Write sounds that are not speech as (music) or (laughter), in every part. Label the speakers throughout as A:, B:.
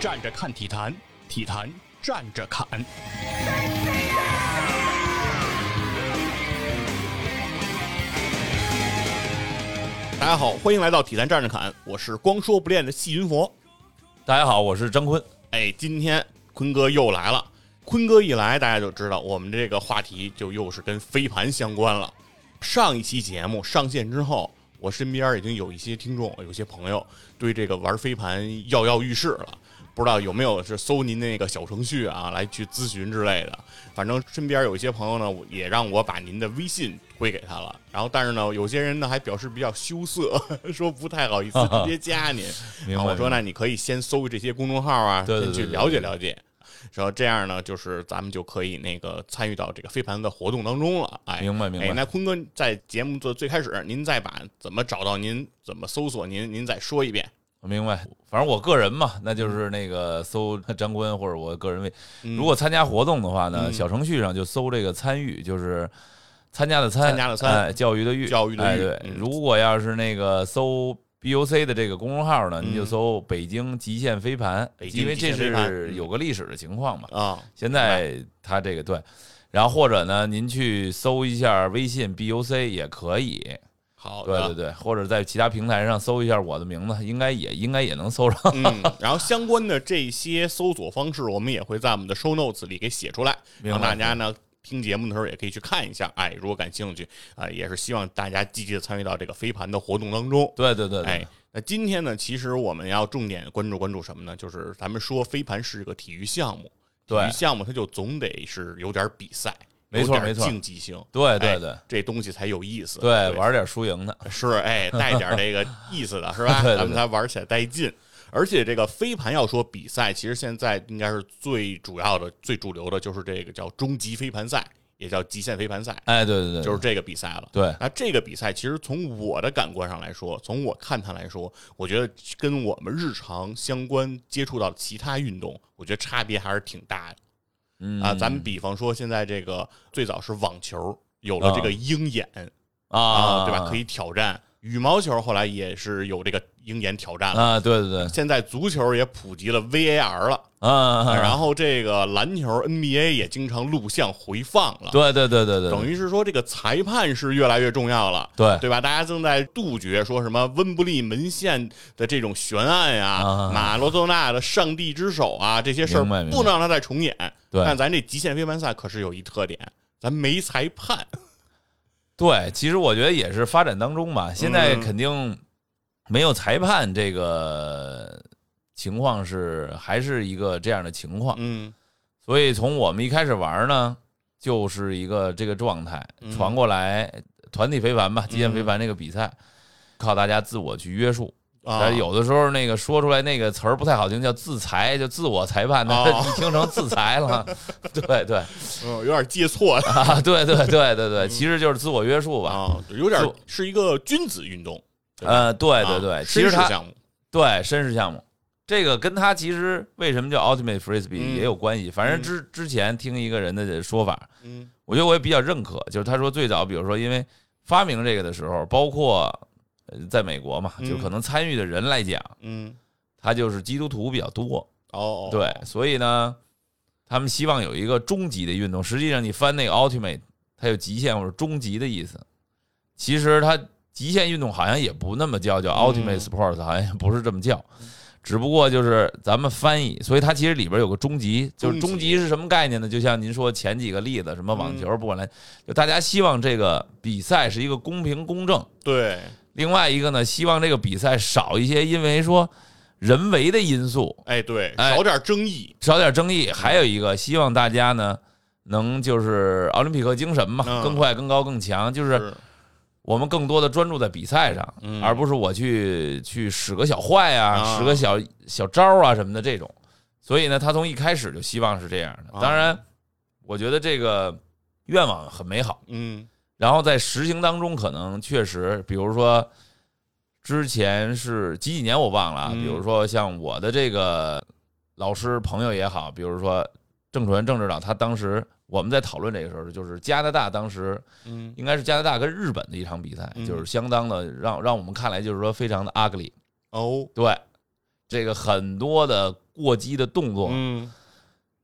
A: 站着看体坛，体坛站着侃。大家好，欢迎来到体坛站着侃，我是光说不练的细云佛。
B: 大家好，我是张坤。
A: 哎，今天坤哥又来了。坤哥一来，大家就知道我们这个话题就又是跟飞盘相关了。上一期节目上线之后，我身边已经有一些听众、有些朋友对这个玩飞盘跃跃欲试了。不知道有没有是搜您那个小程序啊，来去咨询之类的。反正身边有一些朋友呢，我也让我把您的微信推给他了。然后，但是呢，有些人呢还表示比较羞涩， (laughs) 说不太好意思直接加您。
B: 啊
A: 然
B: 明白
A: 后我说，
B: 明白
A: 那你可以先搜这些公众号啊，
B: 对对
A: 先
B: 对
A: 去
B: 对
A: 了解了解。然后这样呢，就是咱们就可以那个参与到这个飞盘的活动当中了。哎，
B: 明白明白
A: 哎，那坤哥在节目的最开始，您再把怎么找到您、怎么搜索您，您再说一遍。
B: 我明白，反正我个人嘛，那就是那个搜 (laughs) 张坤或者我个人微。
A: 嗯
B: 如果参加活动的话呢，小程序上就搜这个参与，就是参加的参，
A: 参加的参
B: 哎教育的育，
A: 教育的育
B: 哎对，
A: 嗯
B: 如果要是那个搜 BUC 的这个公众号呢，你就
A: 嗯
B: 搜北京极限飞盘，
A: 北京
B: 因为
A: 极
B: 这
A: 限飞盘嗯
B: 是有个历史的情况嘛。
A: 啊，
B: 现在它这个对，然后或者呢，您去搜一下微信 BUC 也可以，
A: 好
B: 对对
A: 的，
B: 对，或者在其他平台上搜一下我的名字，应该也应该也能搜上。
A: 嗯，然后相关的这些搜索方式，我们也会在我们的 show notes 里给写出来，
B: 明
A: 让
B: 白
A: 大家呢听节目的时候也可以去看一下。哎，如果感兴趣啊、也是希望大家积极的参与到这个飞盘的活动当中。
B: (laughs) 对对对对，
A: 哎，那今天呢，其实我们要重点关注关注什么呢？就是咱们说飞盘是个体育项目，体
B: 对
A: 育项目它就总得是有点比赛，
B: 没
A: 有
B: 错
A: 点
B: 没错
A: 竞技性，
B: 对
A: 哎
B: 对对
A: 这东西才有意思，
B: 对，玩点输赢的，
A: 是
B: (laughs)
A: 哎，带点这个意思的是吧？
B: 对对对
A: 咱们才玩起来带劲。而且这个飞盘要说比赛，其实现在应该是最主要的、最主流的，就是这个叫终极飞盘赛，也叫极限飞盘赛。
B: 哎，对对对，
A: 就是这个比赛了。
B: 对
A: 那这个比赛其实从我的感官上来说，从我看它来说，我觉得跟我们日常相关接触到的其他运动，我觉得差别还是挺大的、
B: 嗯
A: 啊。咱们比方说，现在这个最早是网球，有了这个鹰眼
B: 嗯啊，
A: 对吧？可以挑战。羽毛球后来也是有这个鹰眼挑战了。
B: 啊，对对对，
A: 现在足球也普及了 VAR 了，
B: 啊，
A: 然后这个篮球 NBA 也经常录像回放了。
B: 对对对对对，
A: 等
B: 于
A: 于是说这个裁判是越来越重要了，
B: 对
A: 对吧？大家正在杜绝说什么温布利门线的这种悬案呀、
B: 啊
A: 马罗多纳的上帝之手啊这些事儿，
B: 明白明白
A: 不能让它再重演。
B: 对
A: 但咱这极限飞盘赛可是有一特点，咱没裁判，
B: 对，其实我觉得也是发展当中吧，现
A: 嗯
B: 在肯定没有裁判这个情况是还是一个这样的情况， (laughs)
A: 嗯
B: 所以从我们一开始玩呢，就是一个这个状态
A: 嗯
B: 传过来，团体飞盘吧，极限飞盘这个比赛，靠大家自我去约束。
A: 啊，
B: 但有的时候那个说出来那个词儿不太好听，叫自裁，就自我裁判，那 (laughs)
A: 哦
B: 你听成自裁
A: (laughs)
B: 了。对对
A: 嗯有点借错了
B: 啊，对对对对对，其实就是自我约束吧。
A: 嗯啊，有点
B: 就是
A: 一个君子运动，对吧
B: 呃，对
A: 啊
B: 对对，其
A: 绅
B: 实
A: 士
B: 它
A: 项目，
B: 对绅士项目，这个跟他其实为什么叫 ultimate frisbee
A: 嗯
B: 也有关系。反正之之前听一个人的说法，
A: 嗯
B: 我觉得我也比较认可，就是他说最早，比如说因为发明这个的时候，包括呃在美国嘛，
A: 嗯
B: 就可能参与的人来讲，
A: 嗯，
B: 他就是基督徒比较多，
A: 哦，哦
B: 对，所以呢，他们希望有一个终极的运动。实际上，你翻那个 ultimate，它有极限或者终极的意思。其实它极限运动好像也不那么叫，叫
A: 嗯
B: ultimate sports，好像也不是这么叫。只不过就是咱们翻译，所以它其实里边有个终极，就是
A: 终极
B: 终极是什么概念呢？就像您说前几个例子，什么网球，
A: 嗯
B: 不管来，就大家希望这个比赛是一个公平公正，
A: 对，
B: 另外一个呢，希望这个比赛少一些，因为说人为的因素，
A: 哎对，
B: 哎
A: 少点争议，
B: 少点争议。还有一个，希望大家呢能就是奥林匹克精神嘛，
A: 嗯
B: 更快、更高、更强，就是
A: 是
B: 我们更多的专注在比赛上，
A: 嗯
B: 而不是我去去使个小坏啊
A: 啊、
B: 使个小小招啊什么的这种。所以呢，他从一开始就希望是这样的
A: 啊。
B: 当然，我觉得这个愿望很美好。
A: 嗯
B: 然后在实行当中，可能确实，比如说之前是几几年我忘了啊，
A: 嗯
B: 比如说像我的这个老师朋友也好，比如说郑纯郑指导，他当时我们在讨论这个时候，就是加拿大当时
A: 嗯
B: 应该是加拿大跟日本的一场比赛
A: 嗯，
B: 就是相当的让让我们看来就是说非常的 ugly，
A: 哦
B: 对，这个很多的过激的动作，
A: 嗯，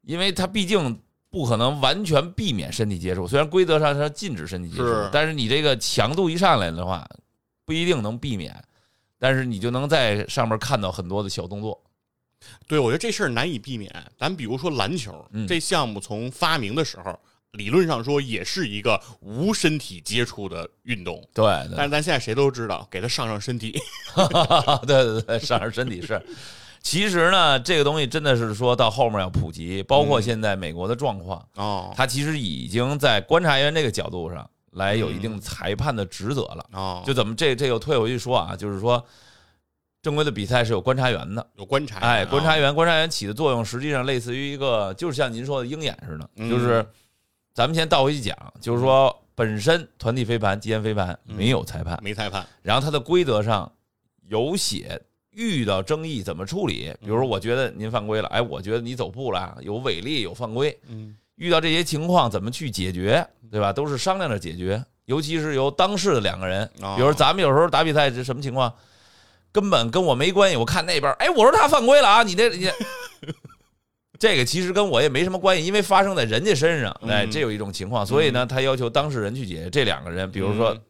B: 因为他毕竟不可能完全避免身体接触，虽然规则上是禁止身体接触
A: 是，
B: 但是你这个强度一上来的话，不一定能避免，但是你就能在上面看到很多的小动作。
A: 对，我觉得这事儿难以避免。咱比如说篮球、
B: 嗯
A: 这项目，从发明的时候，理论上说也是一个无身体接触的运动，
B: (laughs) 对，
A: 但是咱现在谁都知道，给他上上身体， (laughs)
B: 对对对，伤着身体是。其实呢，这个东西真的是说到后面要普及，包括现在美国的状况，
A: 嗯哦
B: 他其实已经在观察员这个角度上来有一定裁判的职责了。
A: 嗯哦，
B: 就怎么这这又退回去说啊，就是说正规的比赛是有观察员的，
A: 有观察，
B: 哎，
A: 啊
B: 观察员观察员起的作用实际上类似于一个，就是像您说的鹰眼似的，
A: 嗯
B: 就是咱们先倒回去讲，就是说本身团体飞
A: 嗯
B: 盘、极限飞盘没有裁判。
A: 没裁判，
B: 然后它的规则上有写遇到争议怎么处理，比如
A: 嗯
B: 说我觉得您犯规了，哎，我觉得你走步了，有违例有犯规，
A: 嗯
B: 遇到这些情况怎么去解决，对吧？都是商量着解决，尤其是由当事的两个人，
A: 哦
B: 比如咱们有时候打比赛是什么情况，根本跟我没关系，我看那边，哎，我说他犯规了啊，你这 (laughs) 你。这个其实跟我也没什么关系，因为发生在人家身上，哎，
A: 嗯
B: 这有一种情况，所以呢，他要求当事人去解决。这两个人，比如说
A: 嗯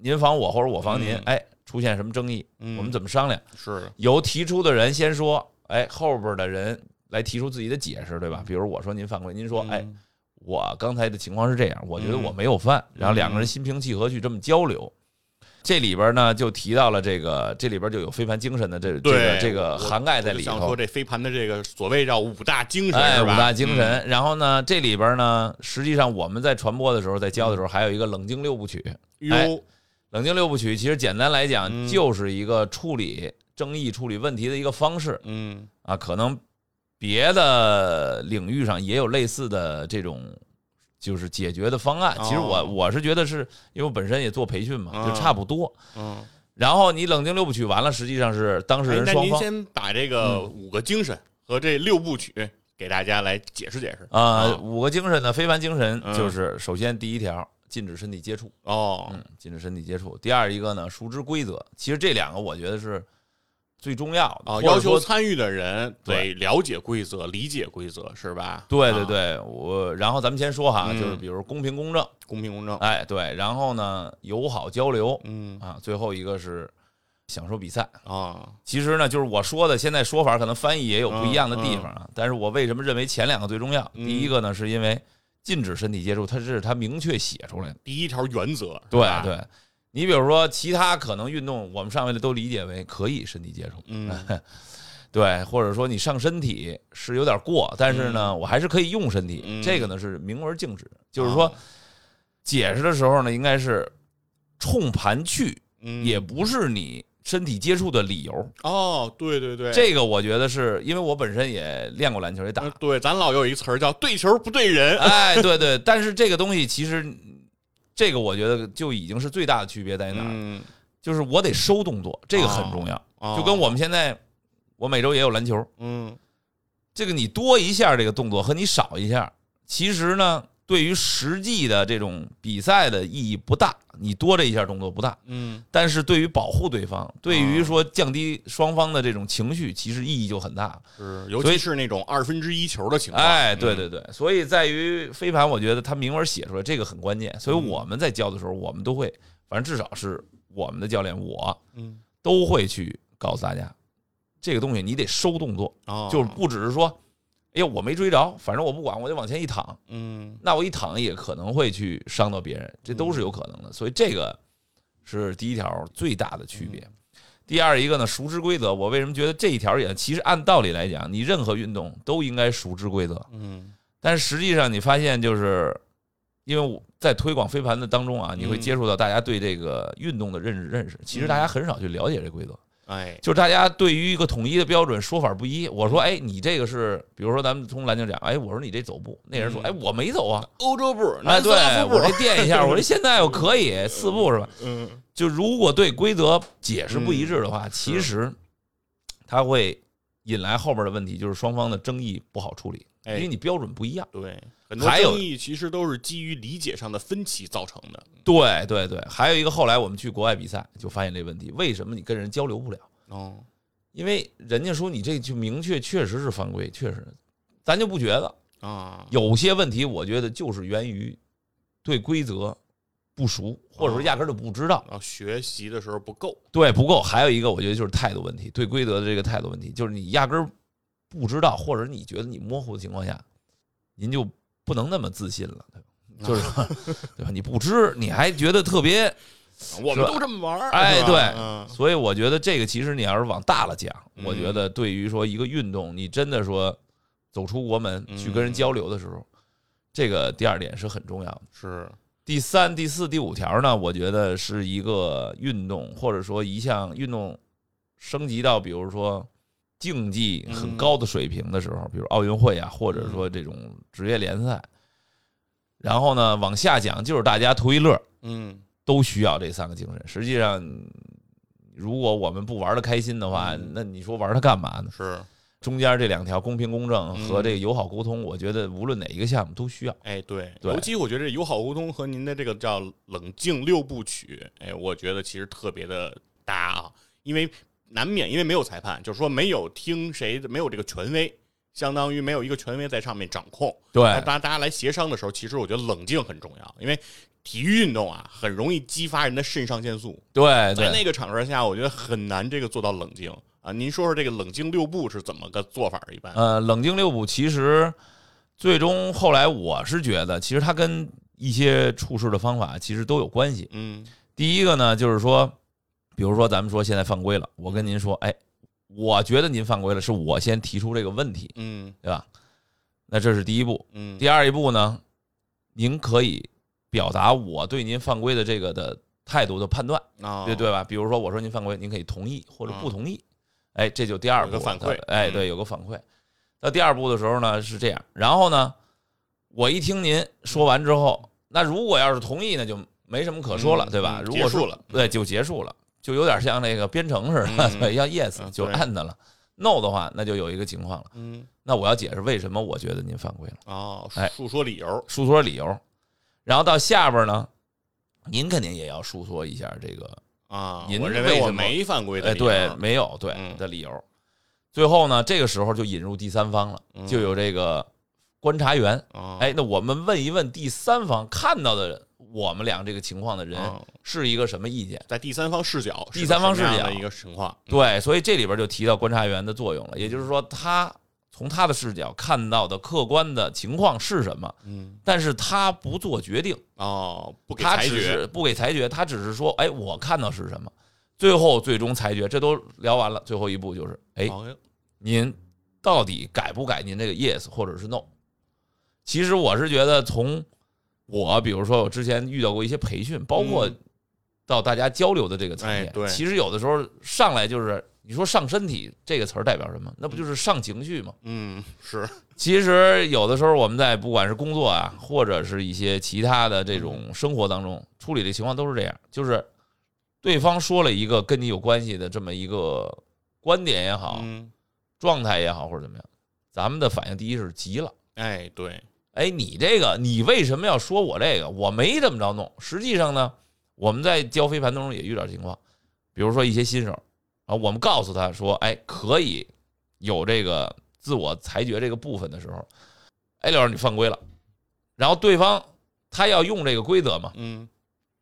B: 您防我或者我防您
A: 嗯，
B: 哎，出现什么争议，
A: 嗯
B: 我们怎么商量？
A: 是
B: 由提出的人先说，哎，后边的人来提出自己的解释，对吧？比如我说您犯规，您说，哎，
A: 嗯
B: 我刚才的情况是这样，我觉得
A: 嗯
B: 我没有犯，然后两个人心平气和去这么交流。这里边呢，就提到了这个，这里边就有非凡精神的这这
A: 对
B: 个这
A: 我
B: 个涵盖在
A: 我就
B: 里
A: 想说
B: 头，
A: 这飞盘的这个所谓叫五大精神，
B: 哎，
A: 是
B: 五
A: 吧嗯
B: 大精神。然后呢，这里边呢，实际上我们在传播的时候，在教的时候，还有一个冷静六部曲，
A: 嗯
B: 哎
A: 哟，
B: 冷静六部曲，其实简单来
A: 嗯
B: 讲，就是一个处理争议、处理问题的一个方式
A: 嗯
B: 啊。可能别的领域上也有类似的这种，就是解决的方案。
A: 哦
B: 其实我我是觉得是，因为我本身也做培训嘛，
A: 嗯
B: 就差不多。
A: 嗯，
B: 然后你冷静六部曲完了，实际上是当事
A: 哎
B: 人
A: 那
B: 双
A: 您
B: 方嗯
A: 先把这个五个精神和这六部曲给大家来解释解释
B: 啊，五个精神呢，非凡精神
A: 嗯
B: 就是首先第一条，禁止身体接触。
A: 哦，
B: 嗯，禁止身体接触。第二一个呢，熟知规则。其实这两个我觉得是最重要的，
A: 哦，
B: 或者
A: 要求
B: 说
A: 参与的人得
B: 对
A: 了解规则、理解规则，是吧？
B: 对对
A: 啊，
B: 对，我然后咱们先说哈，
A: 嗯
B: 就是比如公平公正，
A: 公平公正。
B: 哎对，然后呢友好交流
A: 嗯
B: 啊，最后一个是享受比赛。
A: 啊，
B: 其实呢，就是我说的，现在说法可能翻译也有不一样的地方啊。但是我为什么认为前两个最重要？
A: 嗯
B: 第一个呢，是因为禁止身体接触，它是它明确写出来的。
A: 第一条原则，是
B: 对
A: 吧，
B: 对，你比如说其他可能运动，我们上来都理解为可以身体接触， (laughs)
A: 嗯
B: 对，或者说你上身体是有点过，但是呢，我还是可以用身体。
A: 嗯啊
B: 这个呢是明文禁止，就是说解释的时候呢，应该是冲盘去，
A: 嗯
B: 也不是你身体接触的理由。
A: 哦，对对对，
B: 这个我觉得是因为我本身也练过篮球，也打
A: 呃。对，咱老有一词儿叫“对球不对人
B: 哎，对对，但是这个东西其实，这个我觉得就已经是最大的区别”，在哪儿？
A: 嗯，
B: 就是我得收动作，这个很重要。
A: 哦
B: 就跟我们现在，我每周也有篮球，
A: 嗯
B: 这个你多一下这个动作和你少一下，其实呢，对于实际的这种比赛的意义不大，你多这一下动作不大，
A: 嗯
B: 但是对于保护对方，对
A: 哦
B: 于说降低双方的这种情绪，其实意义就很大。
A: 是，尤
B: 所
A: 其
B: 以
A: 是那种二分之一球的情况，
B: 哎，
A: 嗯
B: 对对对，所以在于飞盘，我觉得他明文写出来这个很关键，所以
A: 嗯
B: 我们在教的时候，我们都会，反正至少是我们的教练，我
A: 嗯，
B: 都会去告诉大家，这个东西你得收动作，
A: 哦，
B: 就是不只是说，哎呀我没追着，反正我不管，我就往前一躺。
A: 嗯
B: 那我一躺也可能会去伤到别人，这都是有可能的。所以这个是第一条最大的区
A: 嗯
B: 别。第二一个呢，熟知规则。我为什么觉得这一条也其实按道理来讲，你任何运动都应该熟知规则，
A: 嗯
B: 但是实际上你发现就是。因为我在推广飞盘的当中啊，你会
A: 嗯
B: 接触到大家对这个运动的认识认识。其实大家很少去了解这规则，
A: 哎
B: 就是大家对于一个统一的标准说法不一。我说，哎，你这个是，比如说咱们从篮球讲，哎，我说你这走步，那人说，
A: 嗯
B: 哎，我没走啊，
A: 欧洲步，
B: 哎，
A: 南斯
B: 对
A: 拉夫
B: 我
A: (laughs)
B: 这
A: 步，
B: 垫一下，我这现在我可以四步是吧？
A: 嗯
B: 就如果对规则解释不一致的话，其实它会引来后边的问题，就是双方的争议不好处理，因
A: 哎
B: 为你标准不一样。
A: 对，很多
B: 还有
A: 争议其实都是基于理解上的分歧造成的，
B: 对对对，还有一个后来我们去国外比赛就发现这问题，为什么你跟人交流不了？
A: 哦，
B: 因为人家说你这就明确确实是犯规，确实，咱就不觉得
A: 啊，
B: 有些问题，我觉得就是源于对规则不熟，或者说压根儿就不知道。
A: 然后学习的时候不够，
B: 对，不够。还有一个，我觉得就是态度问题，对规则的这个态度问题，就是你压根儿不知道，或者你觉得你模糊的情况下，您就不能那么自信了，对吧？就是说对吧？你不知，你还觉得特别，
A: 我们都这么玩儿，
B: 哎
A: 是吧
B: 对
A: 嗯
B: 所以我觉得这个其实你要是往大了讲，
A: 嗯
B: 我觉得对于说一个运动，你真的说走出国门去跟人交流的时候，这个第二点是很重要的。
A: 是，
B: 第三、第四、第五条呢，我觉得是一个运动或者说一项运动升级到，比如说竞技很高的水平的时候，比如奥运会啊，或者说这种职业联赛。然后呢，往下讲就是大家图一乐，
A: 嗯
B: 都需要这三个精神。实际上，如果我们不玩的开心的话，
A: 嗯
B: 那你说玩它干嘛呢？
A: 是，
B: 中间这两条公平公正和
A: 嗯
B: 这个友好沟通，我觉得无论哪一个项目都需要。
A: 哎对，
B: 对
A: 尤其我觉得这友好沟通和您的这个叫冷静六部曲，哎，我觉得其实特别的搭啊，因为难免因为没有裁判，就是说没有听谁的，没有这个权威。相当于没有一个权威在上面掌控，大
B: 对
A: 家大家来协商的时候，其实我觉得冷静很重要，因为体育运动啊，很容易激发人的肾上腺素。
B: 对
A: 在
B: 对，
A: 那个场合下，我觉得很难这个做到冷静啊。您说说这个冷静六步是怎么个做法儿？一般，
B: 呃，冷静六步其实最终后来我是觉得，其实它跟一些处事的方法其实都有关系。
A: 嗯
B: 第一个呢，就是说，比如说咱们说现在犯规了，我跟您说，哎，我觉得您犯规了，是我先提出这个问题，
A: 嗯
B: 对吧？那这是第一步。
A: 嗯，
B: 第二一步呢，您可以表达我对您犯规的这个的态度的判断，
A: 啊，
B: 对对吧？比如说我说您犯规，您可以同意或者
A: 嗯
B: 不同意，哎，这就第二步
A: 有个反馈
B: 它哎，
A: 嗯
B: 对，有个反馈。到第二步的时候呢是这样，然后呢，我一听您说完之后，那如果要是同意，那就没什么可说了，
A: 嗯
B: 对吧？
A: 嗯
B: 如果
A: 结
B: 是
A: 束了，
B: 对，就结束了，就有点像那个编程似的，
A: 嗯
B: (laughs) 对，要 yes
A: 嗯
B: 就
A: 对
B: and 了，no 的话，那就有一个情况了，
A: 嗯
B: 那我要解释为什么我觉得您犯规了。
A: 哦
B: 哎，
A: 述说理由，
B: 述说理由，然后到下边呢，您肯定也要述说一下这个，
A: 啊，
B: 您
A: 我认
B: 为
A: 为我
B: 什么
A: 没犯规的
B: 哎，
A: 理由，
B: 对，没有对
A: 嗯
B: 的理由。最后呢，这个时候就引入第三方了，
A: 嗯
B: 就有这个观察员。
A: 啊，
B: 哎，那我们问一问第三方看到的我们俩这个情况的人
A: 啊
B: 是一个什么意见？
A: 在第三方视角，
B: 第三方视角
A: 是个什么样的一个情况，
B: 对，所以这里边就提到观察员的作用了，也就是说，他从他的视角看到的客观的情况是什么，
A: 嗯，
B: 但是他不做决定。
A: 哦，不给
B: 他
A: 裁
B: 只
A: 决，
B: 是不给裁决，他只是说，哎，我看到是什么，最后最终裁决，这都聊完了，最后一步就是，哎，
A: 哦
B: 您到底改不改您这个 yes 或者是 no？其实我是觉得，从我比如说我之前遇到过一些培训，包括
A: 嗯
B: 到大家交流的这个层
A: 哎
B: 面，
A: 对
B: 其实有的时候上来就是你说上身体这个词儿代表什么？那不就是上情绪吗？
A: 嗯，是，
B: 其实有的时候我们在不管是工作啊，或者是一些其他的这种生活当中处理的情况都是这样，就是对方说了一个跟你有关系的这么一个观点也好，
A: 嗯，
B: 状态也好，或者怎么样，咱们的反应第一是急了。
A: 哎，对，
B: 哎，你这个，你为什么要说我这个？我没这么着弄。实际上呢，我们在教飞盘当中也遇到情况，比如说一些新手啊，我们告诉他说，哎，可以有这个自我裁决这个部分的时候，哎，老师你犯规了，然后对方他要用这个规则嘛，
A: 嗯，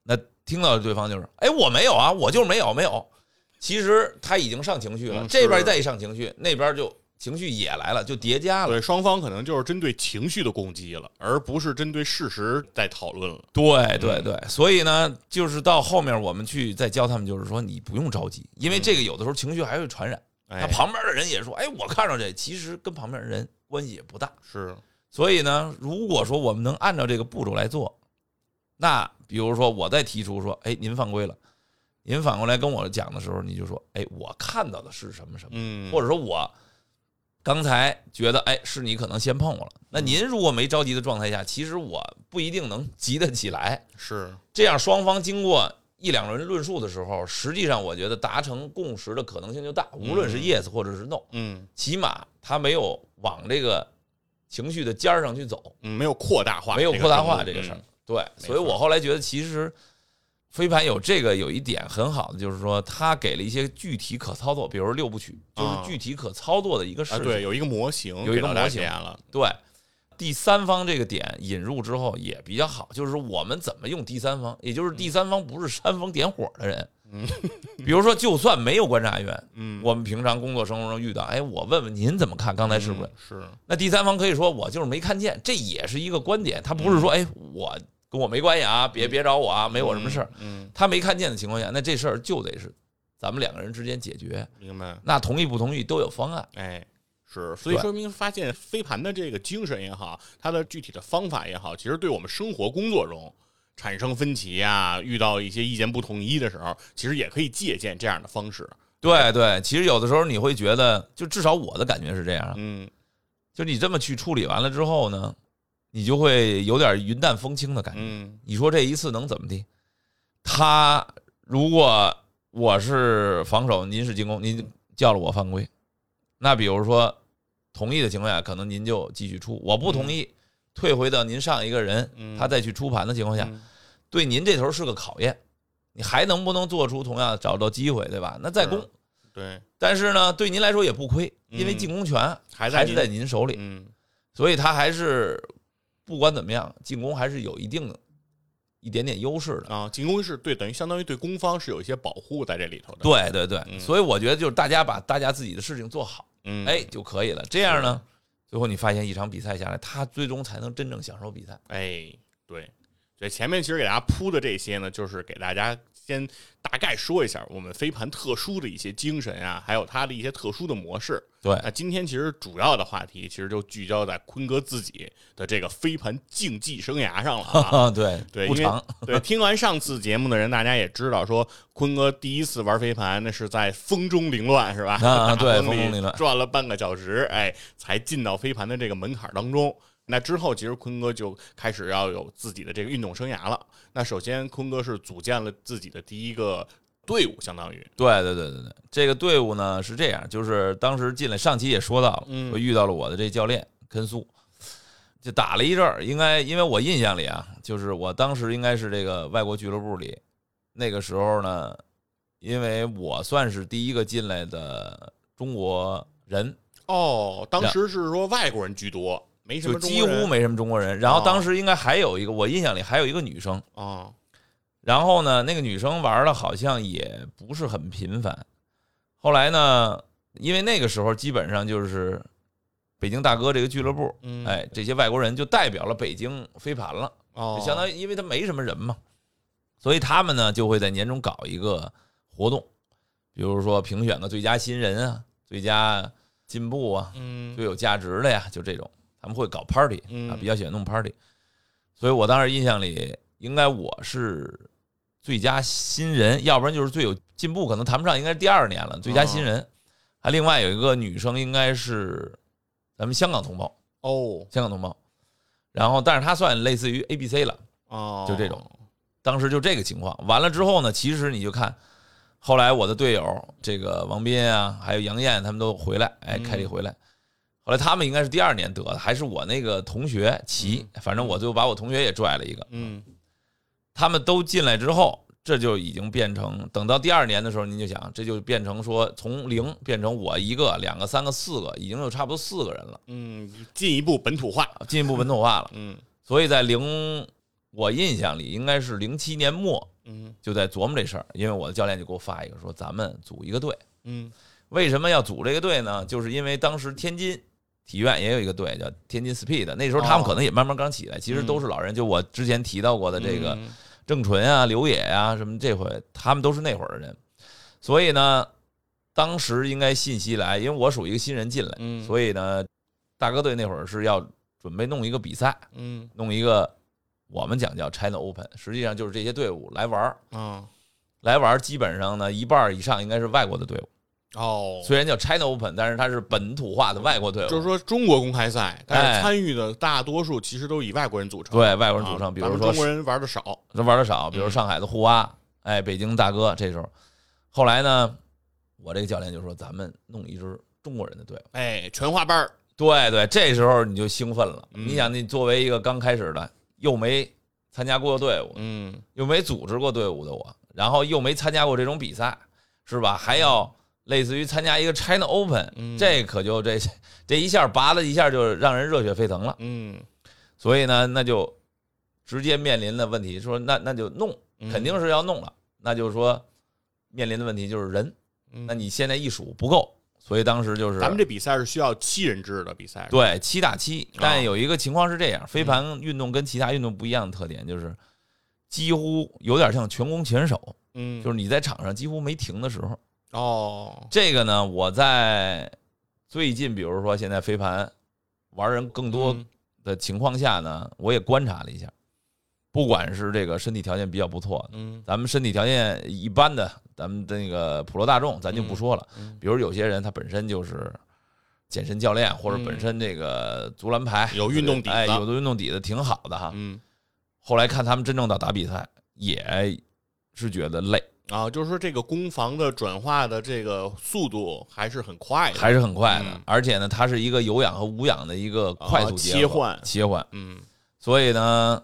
B: 那听到对方就是，哎，我没有啊，我就是没有没有。其实他已经上情绪了，
A: 嗯
B: 这边
A: 是
B: 再一上情绪，那边就情绪也来了，就叠加了。
A: 对，双方可能就是针对情绪的攻击了，而不是针对事实在讨论了，
B: 对
A: 嗯
B: 对对，所以呢，就是到后面我们去再教他们，就是说你不用着急，因为这个有的时候情绪还会传染。
A: 嗯哎，
B: 他旁边的人也说，哎，我看着这其实跟旁边的人关系也不大。
A: 是，
B: 所以呢，如果说我们能按照这个步骤来做，那比如说我再提出说，哎，您犯规了，您反过来跟我讲的时候，你就说，哎，我看到的是什么什么。
A: 嗯，
B: 或者说我刚才觉得，哎，是你可能先碰我了。那
A: 嗯
B: 您如果没着急的状态下，其实我不一定能急得起来。
A: 是，
B: 这样双方经过一两轮论述的时候，实际上我觉得达成共识的可能性就大，无论是
A: 嗯
B: yes 或者是 no，
A: 嗯
B: 起码他没有往这个情绪的尖儿上去走，
A: 嗯，没有扩大化，
B: 没有扩大化
A: 这
B: 这
A: 个
B: 个
A: 程度
B: 事儿。对，
A: 错
B: 所以我后来觉得其实。飞盘有这个有一点很好的，就是说它给了一些具体可操作，比如六部曲，就是
A: 啊
B: 具体可操作的一个事
A: 啊，
B: 情。
A: 对，有一个模型，
B: 有一个模型
A: 了，
B: 对，第三方这个点引入之后也比较好，就是我们怎么用第三方，也就是第三方不是煽风点火的人。
A: 嗯，
B: (laughs) 比如说，就算没有观察员，
A: 嗯，
B: 我们平常工作生活中遇到，哎，我问问您怎么看刚才是不是？
A: 嗯是？
B: 那第三方可以说我就是没看见，这也是一个观点，他不是说哎我跟我没关系啊，别别找我啊，没我什么事儿。
A: 嗯嗯，
B: 他没看见的情况下，那这事儿就得是咱们两个人之间解决，
A: 嗯，明白。
B: 那同意不同意都有方案。
A: 哎，是，所以
B: 对
A: 说明发现飞盘的这个精神也好，它的具体的方法也好，其实对我们生活工作中产生分歧啊，遇到一些意见不统一的时候，其实也可以借鉴这样的方式。
B: 对对，其实有的时候你会觉得，就至少我的感觉是这样啊，
A: 嗯，
B: 就你这么去处理完了之后呢，你就会有点云淡风轻的感觉。
A: 嗯，
B: 你说这一次能怎么地？他如果我是防守，您是进攻，您叫了我犯规，那比如说同意的情况下，可能您就继续出；我不同意，退回到您上一个人
A: 嗯，
B: 他再去出盘的情况下，
A: 嗯
B: 对您这头是个考验，你还能不能做出同样找到机会，对吧？那再攻
A: 是，对，
B: 但是呢，对您来说也不亏，
A: 嗯
B: 因为进攻权
A: 还在
B: 还是在
A: 您
B: 您手里，
A: 嗯
B: 所以他还是不管怎么样，进攻还是有一定的一点点优势的。
A: 啊，进攻是对，等于相当于对攻方是有一些保护在这里头的。，
B: 对对对，
A: 嗯
B: 所以我觉得就是大家把大家自己的事情做好，
A: 嗯，
B: 哎就可以了。这样呢，最后你发现一场比赛下来，他最终才能真正享受比赛。
A: 哎，对，所以前面其实给大家铺的这些呢，就是给大家先大概说一下我们飞盘特殊的一些精神啊，还有它的一些特殊的模式。
B: 对
A: 那今天其实主要的话题其实就聚焦在坤哥自己的这个飞盘竞技生涯上了啊。
B: 啊， (laughs) 对
A: 对，
B: 不
A: 因为
B: 长， (laughs)
A: 对听完上次节目的人，大家也知道，说坤哥第一次玩飞盘，那是在风中凌乱，是吧？
B: 啊
A: (laughs) 大
B: 对
A: 风
B: 风中
A: 里
B: 凌乱
A: 转了半个小时，哎，才进到飞盘的这个门槛当中。那之后，其实坤哥就开始要有自己的这个运动生涯了。那首先，坤哥是组建了自己的第一个队伍，相当于，
B: 对对对对对，这个队伍呢是这样，就是当时进来，上期也说到了，
A: 嗯
B: 我遇到了我的这教练根苏，就打了一阵儿。应该因为我印象里啊，就是我当时应该是这个外国俱乐部里，那个时候呢，因为我算是第一个进来的中国人，
A: 哦，当时是说外国人居多，没什
B: 就
A: 么中
B: 几
A: 国人，
B: 乎没什么中国人。然后
A: 哦
B: 当时应该还有一个，我印象里还有一个女生。
A: 啊，
B: 然后呢，那个女生玩的好像也不是很频繁。后来呢，因为那个时候基本上就是北京大哥这个俱乐部，
A: 嗯，
B: 哎，这些外国人就代表了北京飞盘了，
A: 哦
B: 就，相当于因为他没什么人嘛，所以他们呢就会在年终搞一个活动，比如说评选个最佳新人啊、最佳进步啊、
A: 嗯，
B: 最有价值的呀，就这种，他们会搞 party 啊
A: 嗯，
B: 比较喜欢弄 party，所以我当时印象里，应该我是最佳新人，要不然就是最有进步，可能谈不上，应该是第二年了，最佳新人。还另外有一个女生，应该是咱们香港同胞，
A: 哦，
B: 香港同胞，然后但是她算类似于 A B C 了，
A: 哦，
B: 就这种，当时就这个情况。完了之后呢，其实你就看，后来我的队友这个王斌啊，还有杨艳他们都回来，哎，
A: 嗯
B: 凯里回来。后来他们应该是第二年得的，还是我那个同学齐，反正我就把我同学也拽了一个。
A: 嗯，
B: 他们都进来之后，这就已经变成，等到第二年的时候，您就想，这就变成说从零变成我一个、两个、三个、四个，已经有差不多四个人了，
A: 嗯，进一步本土化，
B: 进一步本土化了。
A: 嗯
B: 所以在零，我印象里应该是零七年末，
A: 嗯
B: 就在琢磨这事儿，因为我的教练就给我发一个说咱们组一个队，
A: 嗯
B: 为什么要组这个队呢？就是因为当时天津体院也有一个队叫天津 Speed，那时候他们
A: 哦嗯
B: 可能也慢慢刚起来，其实都是老人，就我之前提到过的这个郑纯啊、刘野啊什么，这回他们都是那会儿的人，所以呢，当时应该信息来，因为我属于一个新人进来，
A: 嗯，以
B: 所以呢，大哥队那会儿是要准备弄一个比赛，
A: 嗯
B: 弄一个我们讲叫 China Open，实际上就是这些队伍来玩儿。
A: 啊
B: 来玩，基本上呢一半儿以上应该是外国的队伍。
A: 哦，
B: 虽然叫 China Open，但是它是本土化的外国队
A: 就是
B: 伍，
A: 说中国公开赛，但
B: 哎
A: 是参与的大多数其实都以外国人组成，
B: 对外国
A: 啊，
B: 人组成。比
A: 咱
B: 如
A: 们
B: 说
A: 中国人玩的少，
B: 这玩的少，比如
A: 嗯
B: 上海的沪蛙，哎，北京大哥这时候。后来呢，我这个教练就说咱们弄一支中国人的队伍。
A: 哎，全花班儿，
B: 对对，这时候你就兴奋了。
A: 嗯
B: 你想，你作为一个刚开始的，又没参加过队伍，
A: 嗯，
B: 又没组织过队伍的我，然后又没参加过这种比赛，是吧？还要类似于参加一个 China Open，、
A: 嗯
B: 这可就这这一下拔了一下，就让人热血沸腾了。
A: 嗯，
B: 所以呢，那就直接面临的问题，说那那就弄，
A: 嗯
B: 肯定是要弄了。那就是说，面临的问题就是人，
A: 嗯
B: 那你现在一数不够，所以当时就是
A: 咱们这比赛是需要七人制的比赛，，
B: 对七打七，但
A: 啊
B: 有一个情况是
A: 嗯
B: 这样，飞盘运动跟其他运动不一样的特点就是，几乎有点像全攻全守，
A: 嗯，
B: 就是你在场上几乎没停的时候。
A: 哦，
B: 这个呢，我在最近，比如说现在飞盘玩人更多
A: 嗯
B: 的情况下呢，我也观察了一下，不管是这个身体条件比较不错的，
A: 嗯
B: 咱们身体条件一般的，咱们的那个普罗大众，咱就不说了。
A: 嗯
B: 比如有些人他本身就是健身教练，或者
A: 嗯
B: 本身这个足篮排
A: 有运动底子
B: 哎，有的运动底子挺好的哈。
A: 嗯，
B: 后来看他们真正到打比赛，也是觉得累，
A: 啊，就是说这个攻防的转化的这个速度还是很快的，
B: 还是很快的
A: 嗯。
B: 而且呢，它是一个有氧和无氧的一个快速
A: 啊
B: 结合
A: 切换
B: 切换。
A: 嗯
B: 所以呢，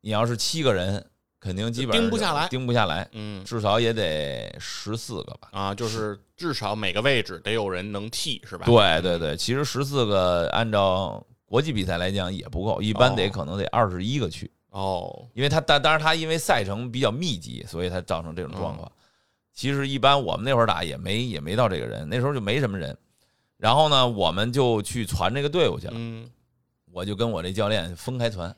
B: 你要是七个人，肯定基本上
A: 盯不下来
B: 是盯不下来，
A: 嗯
B: 至少也得十四个吧。
A: 啊，就是至少每个位置得有人能替，是吧？，
B: 对对对，其实十四个按照国际比赛来讲也不够，一般得
A: 哦
B: 可能得二十一个区，
A: 哦，
B: 因为它但当然它因为赛程比较密集，所以它造成这种
A: 嗯
B: 状况。其实一般我们那会儿打也没也没到这个人，那时候就没什么人。然后呢，我们就去传这个队伍去了，
A: 嗯
B: 我就跟我这教练分开传，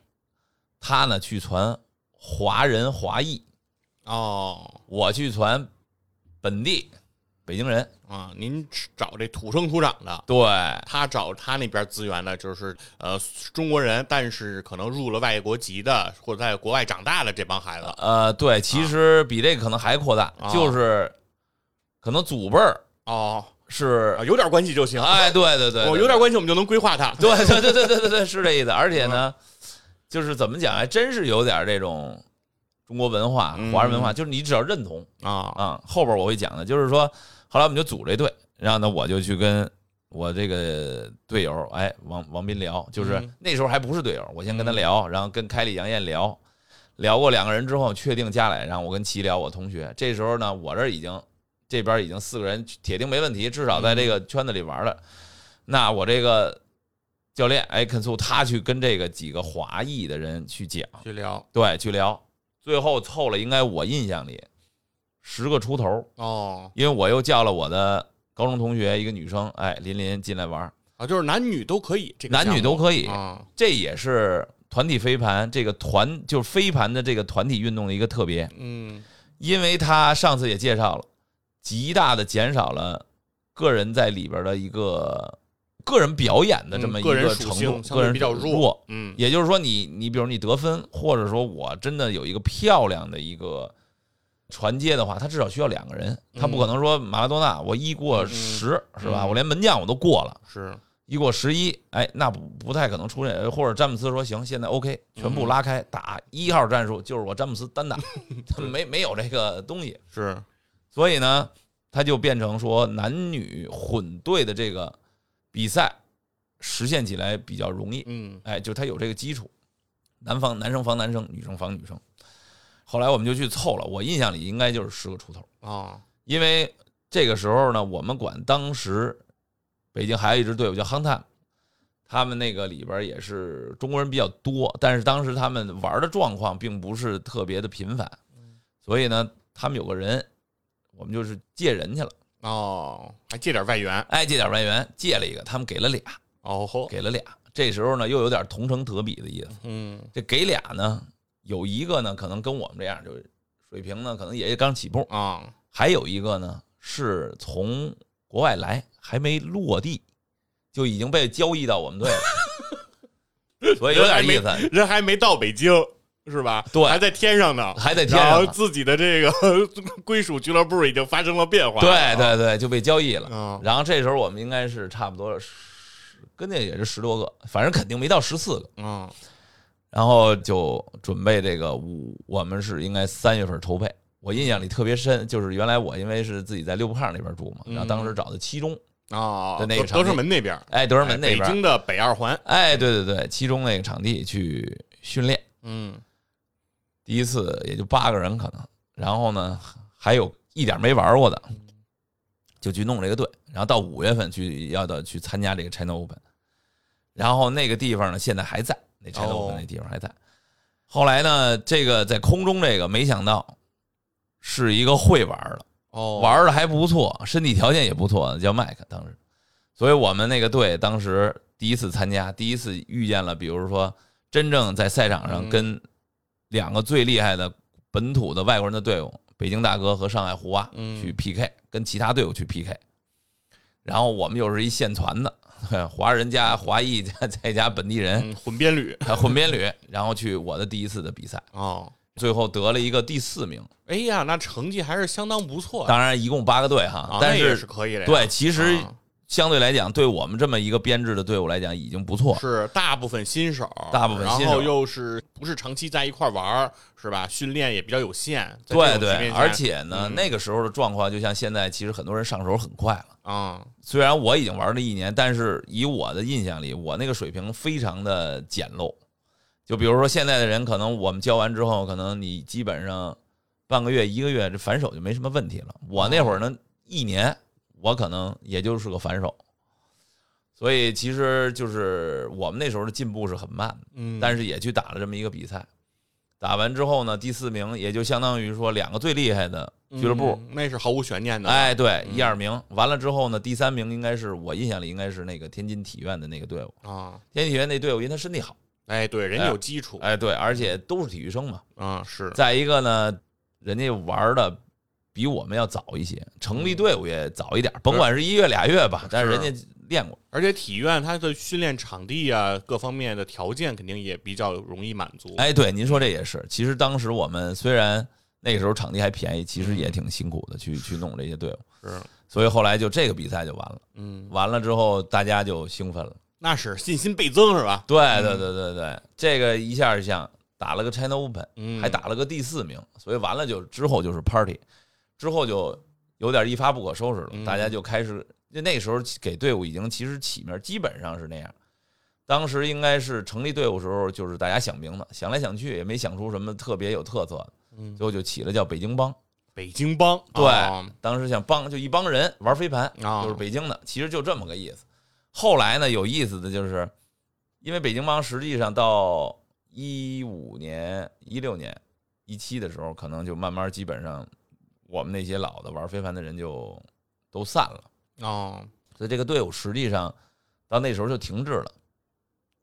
B: 他呢去传华人华裔，
A: 哦
B: 我去传本地北京人。
A: 啊，您找这土生土长的，
B: 对，
A: 他找他那边资源呢，就是呃中国人，但是可能入了外国籍的或者在国外长大的这帮孩子，
B: 呃，对，其实比这个可能还扩大，
A: 啊
B: 就是可能祖辈儿
A: 哦，
B: 是
A: (laughs) 啊，有点关系就行。
B: 哎，对对对，
A: 我
B: 对
A: 有点关系，我们就能规划他。
B: 对对对对对对对，是这意思。而且呢，
A: 嗯
B: 就是怎么讲，还真是有点这种中国文化、
A: 嗯
B: 华人文化，就是你只要认同
A: 啊，
B: 啊、后边我会讲的，就是说，后来我们就组这队，然后呢，我就去跟我这个队友，哎，王王斌聊，就是
A: 嗯
B: 那时候还不是队友，我先跟他聊，然后跟开里、杨艳聊，聊过两个人之后，确定下来，然后我跟齐聊，我同学，这时候呢，我这儿已经这边已经四个人铁定没问题，至少
A: 嗯
B: 在这个圈子里玩了。那我这个教练哎肯苏他去跟这个几个华裔的人去讲，
A: 去聊
B: 对，去聊，最后凑了应该我印象里十个出头，
A: 哦
B: 因为我又叫了我的高中同学一个女生，哎，琳琳进来玩儿，
A: 啊，就是男女都可以，这个
B: 男女都可以
A: 以，啊，
B: 这也是团体飞盘这个团就是飞盘的这个团体运动的一个特别，
A: 嗯
B: 因为他上次也介绍了，极大的减少了个人在里边的一个个人表演的这
A: 嗯
B: 么一
A: 个人属
B: 程
A: 性
B: 度，
A: 相对
B: 个人
A: 比较
B: 弱，
A: 嗯
B: 也就是说你，你比如你得分，或者说我真的有一个漂亮的一个传接的话，他至少需要两个人，他不可能说马拉多纳我一过
A: 嗯
B: 十、是吧？
A: 嗯
B: 我连门将我都过了，
A: 是
B: 一过十一，哎，那不不太可能出现。或者詹姆斯说行，现在 OK，全
A: 嗯
B: 部拉开打一号战术，就是我詹姆斯单
A: (laughs)
B: 打，没没有这个东西，
A: 是
B: 所以呢，他就变成说男女混队的这个比赛实现起来比较容易。
A: 嗯
B: 哎，就他有这个基础，男方男生防男生，女生防女生。后来我们就去凑了，我印象里应该就是十个出头，
A: 啊
B: 因为这个时候呢，我们管当时北京还有一支队伍叫夯探，他们那个里边也是中国人比较多，但是当时他们玩的状况并不是特别的频繁，所以呢，他们有个人，我们就是借人去了，
A: 哦，还借点外援
B: 哎，借点外援，借了一个，他们给了俩，
A: 哦吼，
B: 给了俩。这时候呢，又有点同城德比的意思，
A: 嗯
B: 这给俩呢，有一个呢可能跟我们这样，就是水平呢可能也刚起步，
A: 啊
B: 还有一个呢是从国外来，还没落地就已经被交易到我们队了，所以有点意思，
A: 人还没到北京是吧？
B: 对
A: 还在天上呢，
B: 还在天
A: 然
B: 上
A: 后
B: 呢。
A: 自己的这个 (laughs) 归属俱乐部已经发生了变化，
B: 对对对，就被交易了。
A: 啊，
B: 然后这时候我们应该是差不多十，跟那也是十多个，反正肯定没到十四个。
A: 嗯
B: 然后就准备这个五，我们是应该三月份筹备。我印象里特别深，就是原来我因为是自己在六铺炕那边住
A: 嗯
B: 嘛，然后当时找的七中，
A: 啊，
B: 就那个
A: 德
B: 场地
A: 德胜门那边，
B: 哎，德胜门那
A: 哎北
B: 边，
A: 京的北二环，
B: 哎，对对对，七中那个场地去训练。
A: 嗯
B: 第一次也就八个人可能，然后呢还有一点没玩过的，就去弄这个队，然后到五月份去要到去参加这个 China Open，然后那个地方呢现在还在，那 China
A: 哦
B: Open 那地方还在。后来呢，这个在空中这个没想到是一个会玩的，
A: 哦
B: 玩的还不错，身体条件也不错，叫麦克当时，所以我们那个队当时第一次参加，第一次遇见了，比如说真正在赛场上
A: 嗯
B: 跟两个最厉害的本土的外国人的队伍，北京大哥和上海胡蛙
A: 嗯
B: 去 PK，跟其他队伍去 PK，然后我们又是一线团的， (laughs) 华人加华裔加再加本地人，
A: 嗯混编旅
B: 还混编旅，然后去我的第一次的比赛，
A: 哦，
B: 最后得了一个第四名，
A: 哎呀，那成绩还是相当不错的，
B: 当啊然一共八个队哈
A: 啊，
B: 但
A: 那也
B: 是
A: 是可以的呀。
B: 对，其实
A: 啊
B: 相对来讲，对我们这么一个编制的队伍来讲，已经不错。
A: 是大部分新手，
B: 大部分新手
A: 然后又是不是长期在一块儿玩儿，是吧？训练也比较有限，在
B: 对
A: 这种级别
B: 对，
A: 下
B: 而且呢，
A: 嗯
B: 那个时候的状况就像现在，其实很多人上手很快了。
A: 啊，
B: 虽然我已经玩了一年，但是以我的印象里，我那个水平非常的简陋。就比如说现在的人，可能我们教完之后，可能你基本上半个月、一个月这反手就没什么问题了。我那会儿呢，
A: 嗯
B: 一年我可能也就是个反手，所以其实就是我们那时候的进步是很慢的。
A: 嗯，
B: 但是也去打了这么一个比赛。打完之后呢，第四名也就相当于说两个最厉害的
A: 嗯
B: 俱乐部，
A: 那是毫无悬念的，
B: 哎，对，
A: 嗯
B: 一二名。完了之后呢，第三名应该是我印象里应该是那个天津体院的那个队伍。
A: 啊，
B: 天津体院那队伍，因为他身体好，
A: 哎，对，人家有基础，
B: 哎，对，而且都是体育生嘛。
A: 啊，是，
B: 再一个呢，人家玩的比我们要早一些，成立队伍也早一
A: 嗯
B: 点，甭管是一月俩月吧，但是人家练过。
A: 而且体院它的训练场地啊，各方面的条件肯定也比较容易满足，
B: 哎，对，您说这也是。其实当时我们虽然那个时候场地还便宜，其实
A: 嗯
B: 也挺辛苦的，去去弄这些队伍。
A: 是，
B: 所以后来就这个比赛就完了，
A: 嗯，
B: 完了之后大家就兴奋了。
A: 那是信心倍增是吧？
B: 对对对对对，这个一下一下打了个 China Open，
A: 嗯，
B: 还打了个第四名，所以完了就之后就是 party，之后就有点一发不可收拾了，
A: 嗯
B: 大家就开始就那时候给队伍已经其实起名基本上是那样。当时应该是成立队伍时候，就是大家想名字，想来想去也没想出什么特别有特色的，
A: 嗯
B: 最后就起了叫北京帮。
A: 北京帮，
B: 对
A: 啊
B: 当时想帮就一帮人玩飞盘，
A: 啊
B: 就是北京的，其实就这么个意思。后来呢，有意思的就是，因为北京帮实际上到一五年、一六年、一七的时候，可能就慢慢基本上我们那些老的玩飞盘的人就都散了，
A: 哦，
B: 所以这个队伍实际上到那时候就停滞了，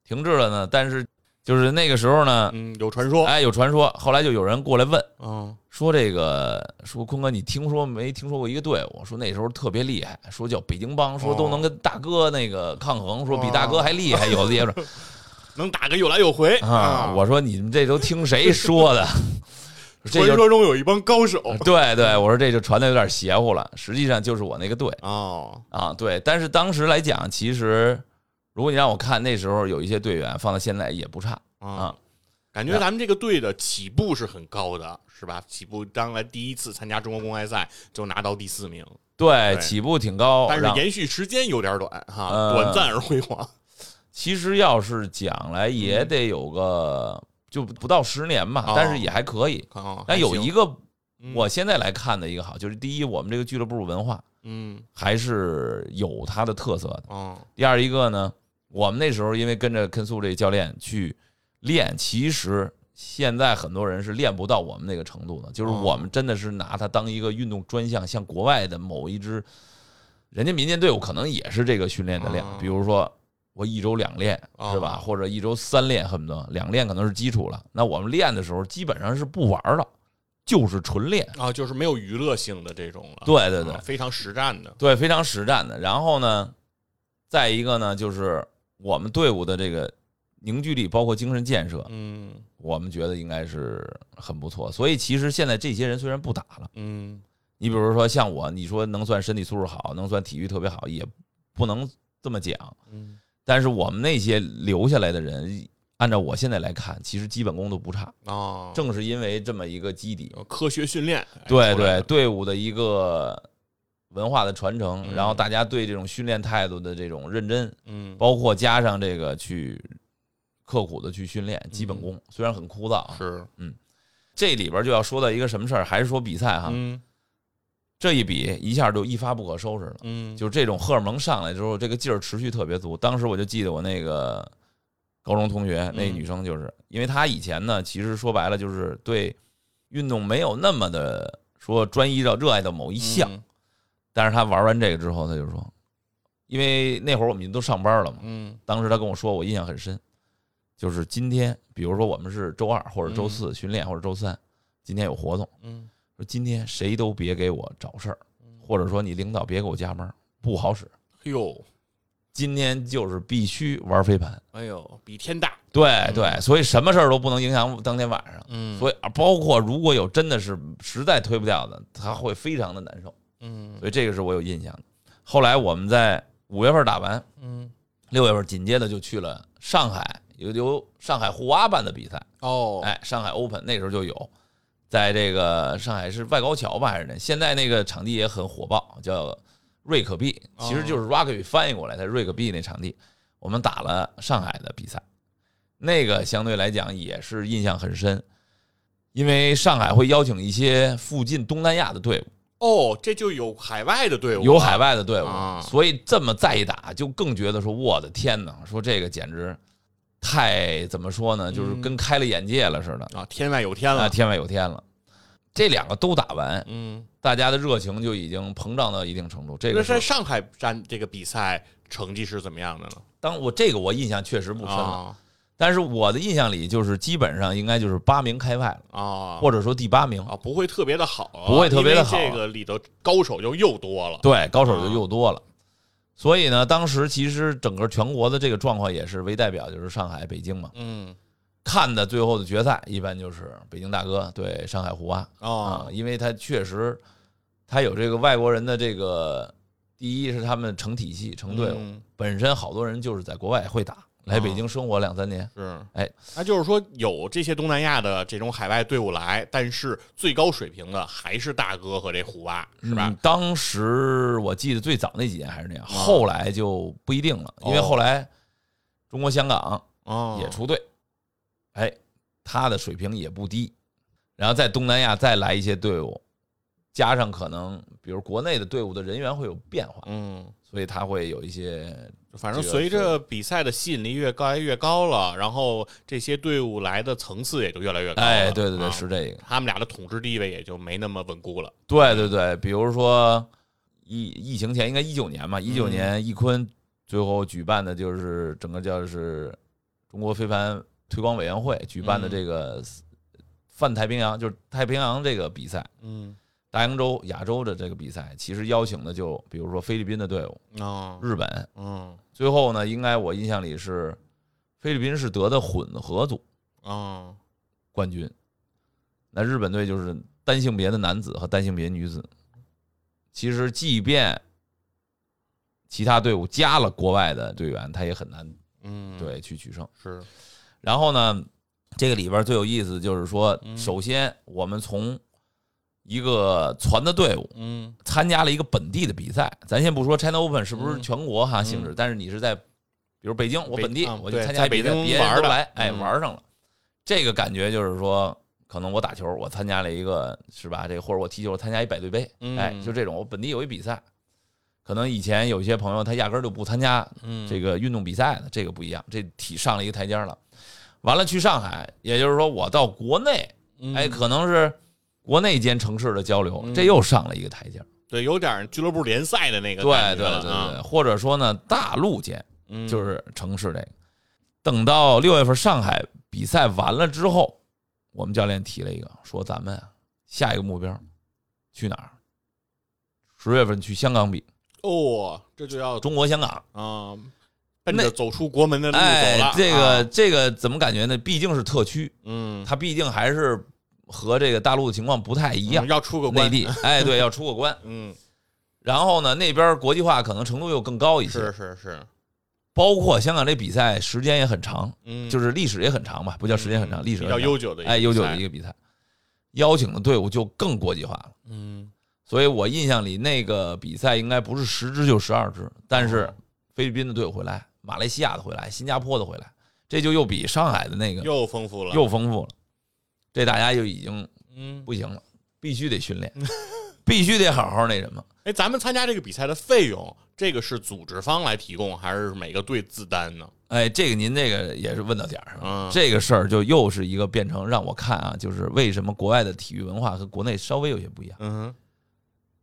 B: 停滞了呢。但是就是那个时候呢，
A: 嗯，有传说，
B: 哎，有传说，后来就有人过来问。
A: 嗯，
B: 说这个，说坤哥，你听说没听说过一个队伍？说那时候特别厉害，说叫北京帮，
A: 哦
B: 说都能跟大哥那个抗衡，说比大哥还厉害，有
A: (laughs)
B: 的也说
A: 能打个有来有回
B: 啊。我说你们这都听谁说
A: (laughs)
B: 的？这
A: 传
B: 就
A: 说中有一帮高手，
B: (laughs) 对对，我说这就传的有点邪乎了。实际上就是我那个队
A: 哦，
B: 啊，对。但是当时来讲，其实如果你让我看那时候有一些队员放到现在也不差啊
A: 啊，，感觉咱们这个队的起步是很高的，是吧？起步当来第一次参加中国公开赛就拿到第四名，
B: 对，
A: 对
B: 起步挺高，
A: 但是
B: 然后
A: 延续时间有点短哈，
B: 呃
A: 短暂而辉煌。 (laughs)
B: 其实要是讲来也得有个就不到十年吧，
A: 嗯哦
B: 但是也还可以。
A: 哦，
B: 但有一
A: 个，
B: 个
A: 嗯
B: 我现在来看的一个好，就是第一，我们这个俱乐部文化
A: 嗯，
B: 还是有它的特色的。
A: 哦，
B: 第二一个呢，我们那时候因为跟着肯素这教练去练，其实现在很多人是练不到我们那个程度的，就是
A: 哦
B: 我们真的是拿它当一个运动专项，像国外的某一支，人家民间队伍可能也是这个训练的量
A: 哦，
B: 比如说。我一周两练
A: 哦
B: 是吧？或者一周三练，恨不得两练可能是基础了。那我们练的时候基本上是不玩了，就是纯练。
A: 啊，就是没有娱乐性的这种了，
B: 对对对
A: 啊，非常实战的，
B: 对，非常实战的。然后呢，再一个呢，就是我们队伍的这个凝聚力，包括精神建设，
A: 嗯
B: 我们觉得应该是很不错。所以其实现在这些人虽然不打了，
A: 嗯，
B: 你比如说像我，你说能算身体素质好，能算体育特别好，也不能这么讲。
A: 嗯
B: 但是我们那些留下来的人，按照我现在来看，其实基本功都不差。
A: 哦，
B: 正是因为这么一个基底，
A: 有科学训练，哎
B: 对
A: 出来
B: 对，
A: 了
B: 队伍的一个文化的传承，
A: 嗯
B: 然后大家对这种训练态度的这种认真，
A: 嗯，
B: 包括加上这
A: 嗯
B: 个去刻苦的去训练基本功，虽然很枯燥啊，
A: 是，
B: 这里边就要说到一个什么事儿，还是说比赛哈，
A: 嗯
B: 这一比一下就一发不可收拾了。
A: 嗯，
B: 就这种荷尔蒙上来之后，这个劲儿持续特别足。当时我就记得我那个高中同学，那
A: 嗯
B: 女生就是，因为她以前呢，其实说白了就是对运动没有那么的说专一到热爱到某一项，
A: 嗯
B: 但是她玩完这个之后，她就说，因为那会儿我们都上班了嘛，
A: 嗯
B: 当时她跟我说，我印象很深，就是今天，比如说我们是周二或者周四训练或者周三，今天有活动，
A: 嗯
B: 说今天谁都别给我找事儿，或者说你领导别给我加班，不好使。
A: 哟，
B: 今天就是必须玩飞盘。
A: 哎呦，比天大，
B: 对对，所以什么事儿都不能影响当天晚上。
A: 嗯
B: 所以啊包括如果有真的是实在推不掉的，他会非常的难受。
A: 嗯
B: 所以这个是我有印象的。后来我们在五月份打完，
A: 嗯，
B: 六月份紧接着就去了上海，有由上海沪蛙办的比赛，
A: 哦，
B: 哎，上海 Open 那时候就有，在这个上海是外高桥吧还是哪？现在那个场地也很火爆，叫瑞可币，其实就是 Rugby 翻译过来，它瑞可币那场地，我们打了上海的比赛，那个相对来讲也是印象很深，因为上海会邀请一些附近东南亚的队伍，
A: 哦，这就有海外的队伍，
B: 有海，外的队伍
A: 啊，
B: 所以这么再一打，就更觉得说，我的天哪，说这个简直太怎么说呢，
A: 嗯
B: 就是跟开了眼界了似的。
A: 啊，天外有天
B: 啊，
A: 了，
B: 天外有天了。这两个都打完，
A: 嗯，
B: 大家的热情就已经膨胀到一定程度。这
A: 那
B: 个
A: 在
B: 是
A: 上海站这个比赛成绩是怎么样的呢？
B: 当我这个我印象确实不深了，
A: 啊
B: 但是我的印象里就是基本上应该就是八名开外了，
A: 啊，
B: 或者说第八名。
A: 啊，不会特别的好啊，
B: 不会特别的好
A: 因为这个里头高手就又多了，
B: 对，高手
A: 啊
B: 就又多了。所以呢，当时其实整个全国的这个状况也是为代表，就是上海、北京嘛。
A: 嗯，
B: 看的最后的决赛，一般就是北京大哥对上海胡蛙啊
A: 哦，，
B: 因为他确实他有这个外国人的这个，第一是他们成体系、成队伍，
A: 嗯
B: 本身好多人就是在国外会打，来北京生活两三年，
A: 是，
B: 哎，
A: 那就是说有这些东南亚的这种海外队伍来，但是最高水平的还是大哥和这虎蛙，是吧
B: 嗯？当时我记得最早那几年还是那
A: 哦
B: 样，后来就不一定了，因为后来中国香港
A: 哦
B: 嗯也出队，哎，他的水平也不低，然后在东南亚再来一些队伍，加上可能比如国内的队伍的人员会有变化，
A: 嗯，
B: 所以他会有一些
A: 反正
B: 这个
A: 随着比赛的吸引力越高越高了，然后这些队伍来的层次也就越来越高了。
B: 哎，对对对，
A: 啊
B: 是这个。
A: 他们俩的统治地位也就没那么稳固了。
B: 对对对，比如说疫疫情前应该一九年嘛，一
A: 嗯
B: 九年易坤最后举办的就是整个叫是中国飞盘推广委员会举办
A: 嗯
B: 的这个泛太平洋，就是太平洋这个比赛，
A: 嗯，
B: 大洋洲亚洲的这个比赛，其实邀请的就比如说菲律宾的队伍、
A: 哦，
B: 日本，
A: 嗯，
B: 最后呢，应该我印象里是菲律宾是得的混合组
A: 哦，
B: 冠军，那日本队就是单性别的男子和单性别女子。其实，即便其他队伍加了国外的队员，他也很难
A: 嗯，，
B: 对去取胜。
A: 是，
B: 然后呢，这个里边最有意思就是说，
A: 嗯
B: 首先我们从一个船的队伍
A: 嗯
B: 参加了一个本地的比赛，咱先不说 China Open 是不是
A: 嗯
B: 全国哈
A: 嗯
B: 性质，但是你是在比如北京，我
A: 北
B: 本地
A: 嗯
B: 我就
A: 对
B: 参
A: 在
B: 加
A: 北
B: 比赛，
A: 京
B: 别人
A: 玩
B: 都
A: 的
B: 来，哎，
A: 嗯
B: 玩上了，这个感觉就是说，可能我打球，我参加了一个是吧？这个或者我踢球，我参加一百对杯，
A: 嗯
B: 哎，就这种，我本地有一比赛，可能以前有一些朋友他压根儿就不参加
A: 嗯，
B: 这个运动比赛的，这个不一样，这体上了一个台阶儿了。完了去上海，也就是说我到国内，
A: 嗯
B: 哎，可能是国内间城市的交流，
A: 嗯
B: 这又上了一个台阶儿。
A: 对，有点俱乐部联赛的那个
B: 对
A: 感觉
B: 对
A: 了
B: 对对，
A: 啊，
B: 或者说呢，大陆间
A: 嗯，
B: 就是是城市这个。等到六月份上海比赛完了之后，我们教练提了一个，说咱们啊下一个目标去哪儿？十月份去香港比，
A: 哦，这就要
B: 中国香港。
A: 啊，奔
B: 那
A: 着走出国门的路走
B: 哎
A: 了。，
B: 这
A: 啊
B: 个这个怎么感觉呢？毕竟是特区，
A: 嗯，
B: 它毕竟还是和这个大陆的情况不太一样
A: 嗯。要出个
B: 内
A: 关， (laughs)
B: 地，哎，对，要出个关。
A: 嗯，
B: 然后呢，那边国际化可能程度又更高一些。
A: 是是是，
B: 包括香港这比赛时间也很长，
A: 嗯，
B: 就是历史也很长吧，不叫时间很长，历史
A: 比
B: 很
A: 较
B: 长
A: 悠久的，
B: 哎悠久的一，个比赛，邀请的队伍就更国际化了。
A: 嗯
B: 所以我印象里那个比赛应该不是十支就十二支，但
A: 哦
B: 是菲律宾的队伍会来，马来西亚的会来，新加坡的会来，这就又比上海的那个
A: 又丰富了，
B: 又丰富了。这大家就已经
A: 嗯，
B: 不
A: (laughs)
B: 行了，必须得训练，必须得好好那什么。
A: 哎，咱们参加这个比赛的费用，这个是组织方来提供，还是每个队自担呢？
B: 哎，这个您这个也是问到点儿上了。
A: 嗯，
B: 这个事儿就又是一个变成让我看啊，就是为什么国外的体育文化和国内稍微有些不一样。
A: 嗯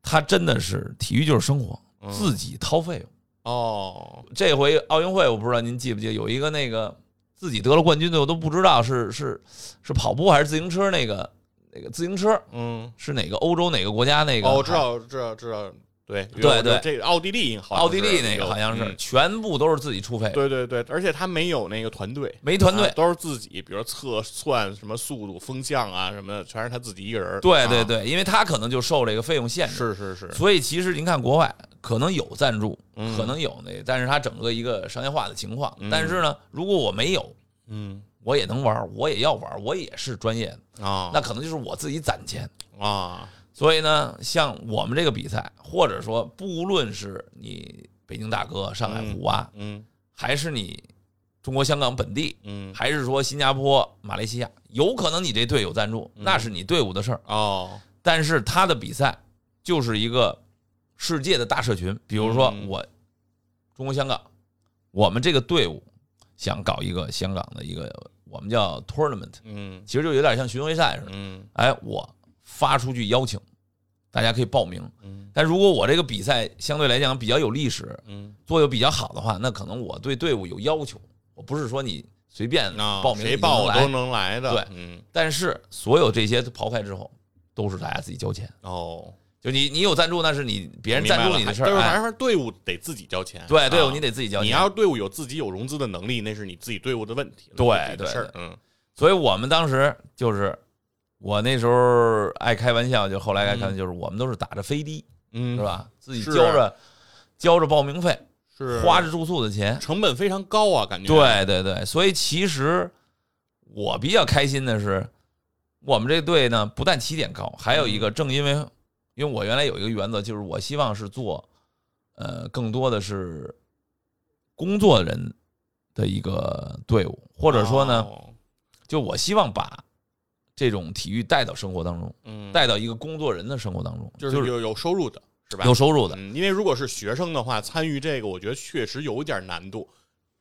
B: 它真的是体育就是生活，
A: 哼，
B: 自己掏费用。
A: 哦，
B: 这回奥运会，我不知道您记不记得有一个那个自己得了冠军的，我都不知道是是是跑步还是自行车那个那个自行车
A: 嗯，
B: 是哪个欧洲哪个国家那个？
A: 哦，我知。道，知道，知道，对
B: 对
A: 有
B: 对
A: 这个奥地利好像
B: 奥地利
A: 是
B: 那个
A: 有
B: 好像是
A: 嗯
B: 全部都是自己出费，
A: 对对对，而且他没有那个团队，
B: 没团队
A: 啊。都是自己，比如测算什么速度、风向啊什么的，全是他自己一个人儿。
B: 对
A: 啊
B: 对，对，因为他可能就受这个费用限制，
A: 是是是，
B: 所以其实您看国外可能有赞助，
A: 嗯
B: 可能有那，但是它整个一个商业化的情况
A: 嗯。
B: 但是呢，如果我没有，
A: 嗯
B: 我也能玩儿，我也要玩儿，我也是专业的，
A: 啊，
B: 那可能就是我自己攒钱。
A: 啊，
B: 所以呢，像我们这个比赛，或者说不论是你北京大哥、上海虎蛙，
A: 嗯
B: 还是你中国香港本地，
A: 嗯，
B: 还是说新加坡、马来西亚，有可能你这队有赞助，
A: 嗯
B: 那是你队伍的事儿。
A: 哦，
B: 但是他的比赛就是一个世界的大社群，比如说
A: 嗯
B: 我中国香港，我们这个队伍想搞一个香港的一个，我们叫 tournament，
A: 嗯
B: 其实就有点像巡回赛似的。
A: 嗯
B: 哎，我发出去邀请，大家可以报名。
A: 嗯
B: 但如果我这个比赛相对来讲比较有历史，
A: 嗯，
B: 做的比较好的话，那可能我对队伍有要求，我不是说你随便
A: 啊，
B: 报名
A: 谁
B: 你就能
A: 报我都
B: 来。
A: 能来的。
B: 对
A: 嗯
B: 但是所有这些刨开之后，都是大家自己交钱。
A: 哦，
B: 就你你有赞助，那是你别人
A: 明白
B: 赞助
A: 了
B: 你的
A: 还
B: 事
A: 就
B: 儿。
A: 是
B: 哎
A: 反正队伍得自己交钱。
B: 对队伍
A: 啊
B: 你得自己交
A: 你
B: 钱。
A: 要是队伍有自己有融资的能力，那是你自己队伍的问题了，
B: 对
A: 自己的
B: 对
A: 事儿。嗯
B: 所以我们当时就是我那时候爱开玩笑，就后来爱开玩笑，就是我们都是打着飞的，
A: 嗯，
B: 是？吧？自己
A: 是
B: 交着交着报名费，
A: 是
B: 花着住宿的钱。
A: 成本非常高啊，感觉。
B: 对对对，所以其实我比较开心的是，我们这队呢不但起点高，还有一
A: 嗯
B: 个正因为，因为我原来有一个原则，就是我希望是做，呃，更多的是工作人的一个队伍，或
A: 或
B: 者说
A: 哦
B: 呢，就我希望把这种体育带到生活当中，
A: 嗯，
B: 带到一个工作人的生活当中，
A: 就
B: 就是是
A: 有有收入的，是吧？
B: 有收入的。
A: 嗯，因为如果是学生的话，参与这个我觉得确实有一点难度。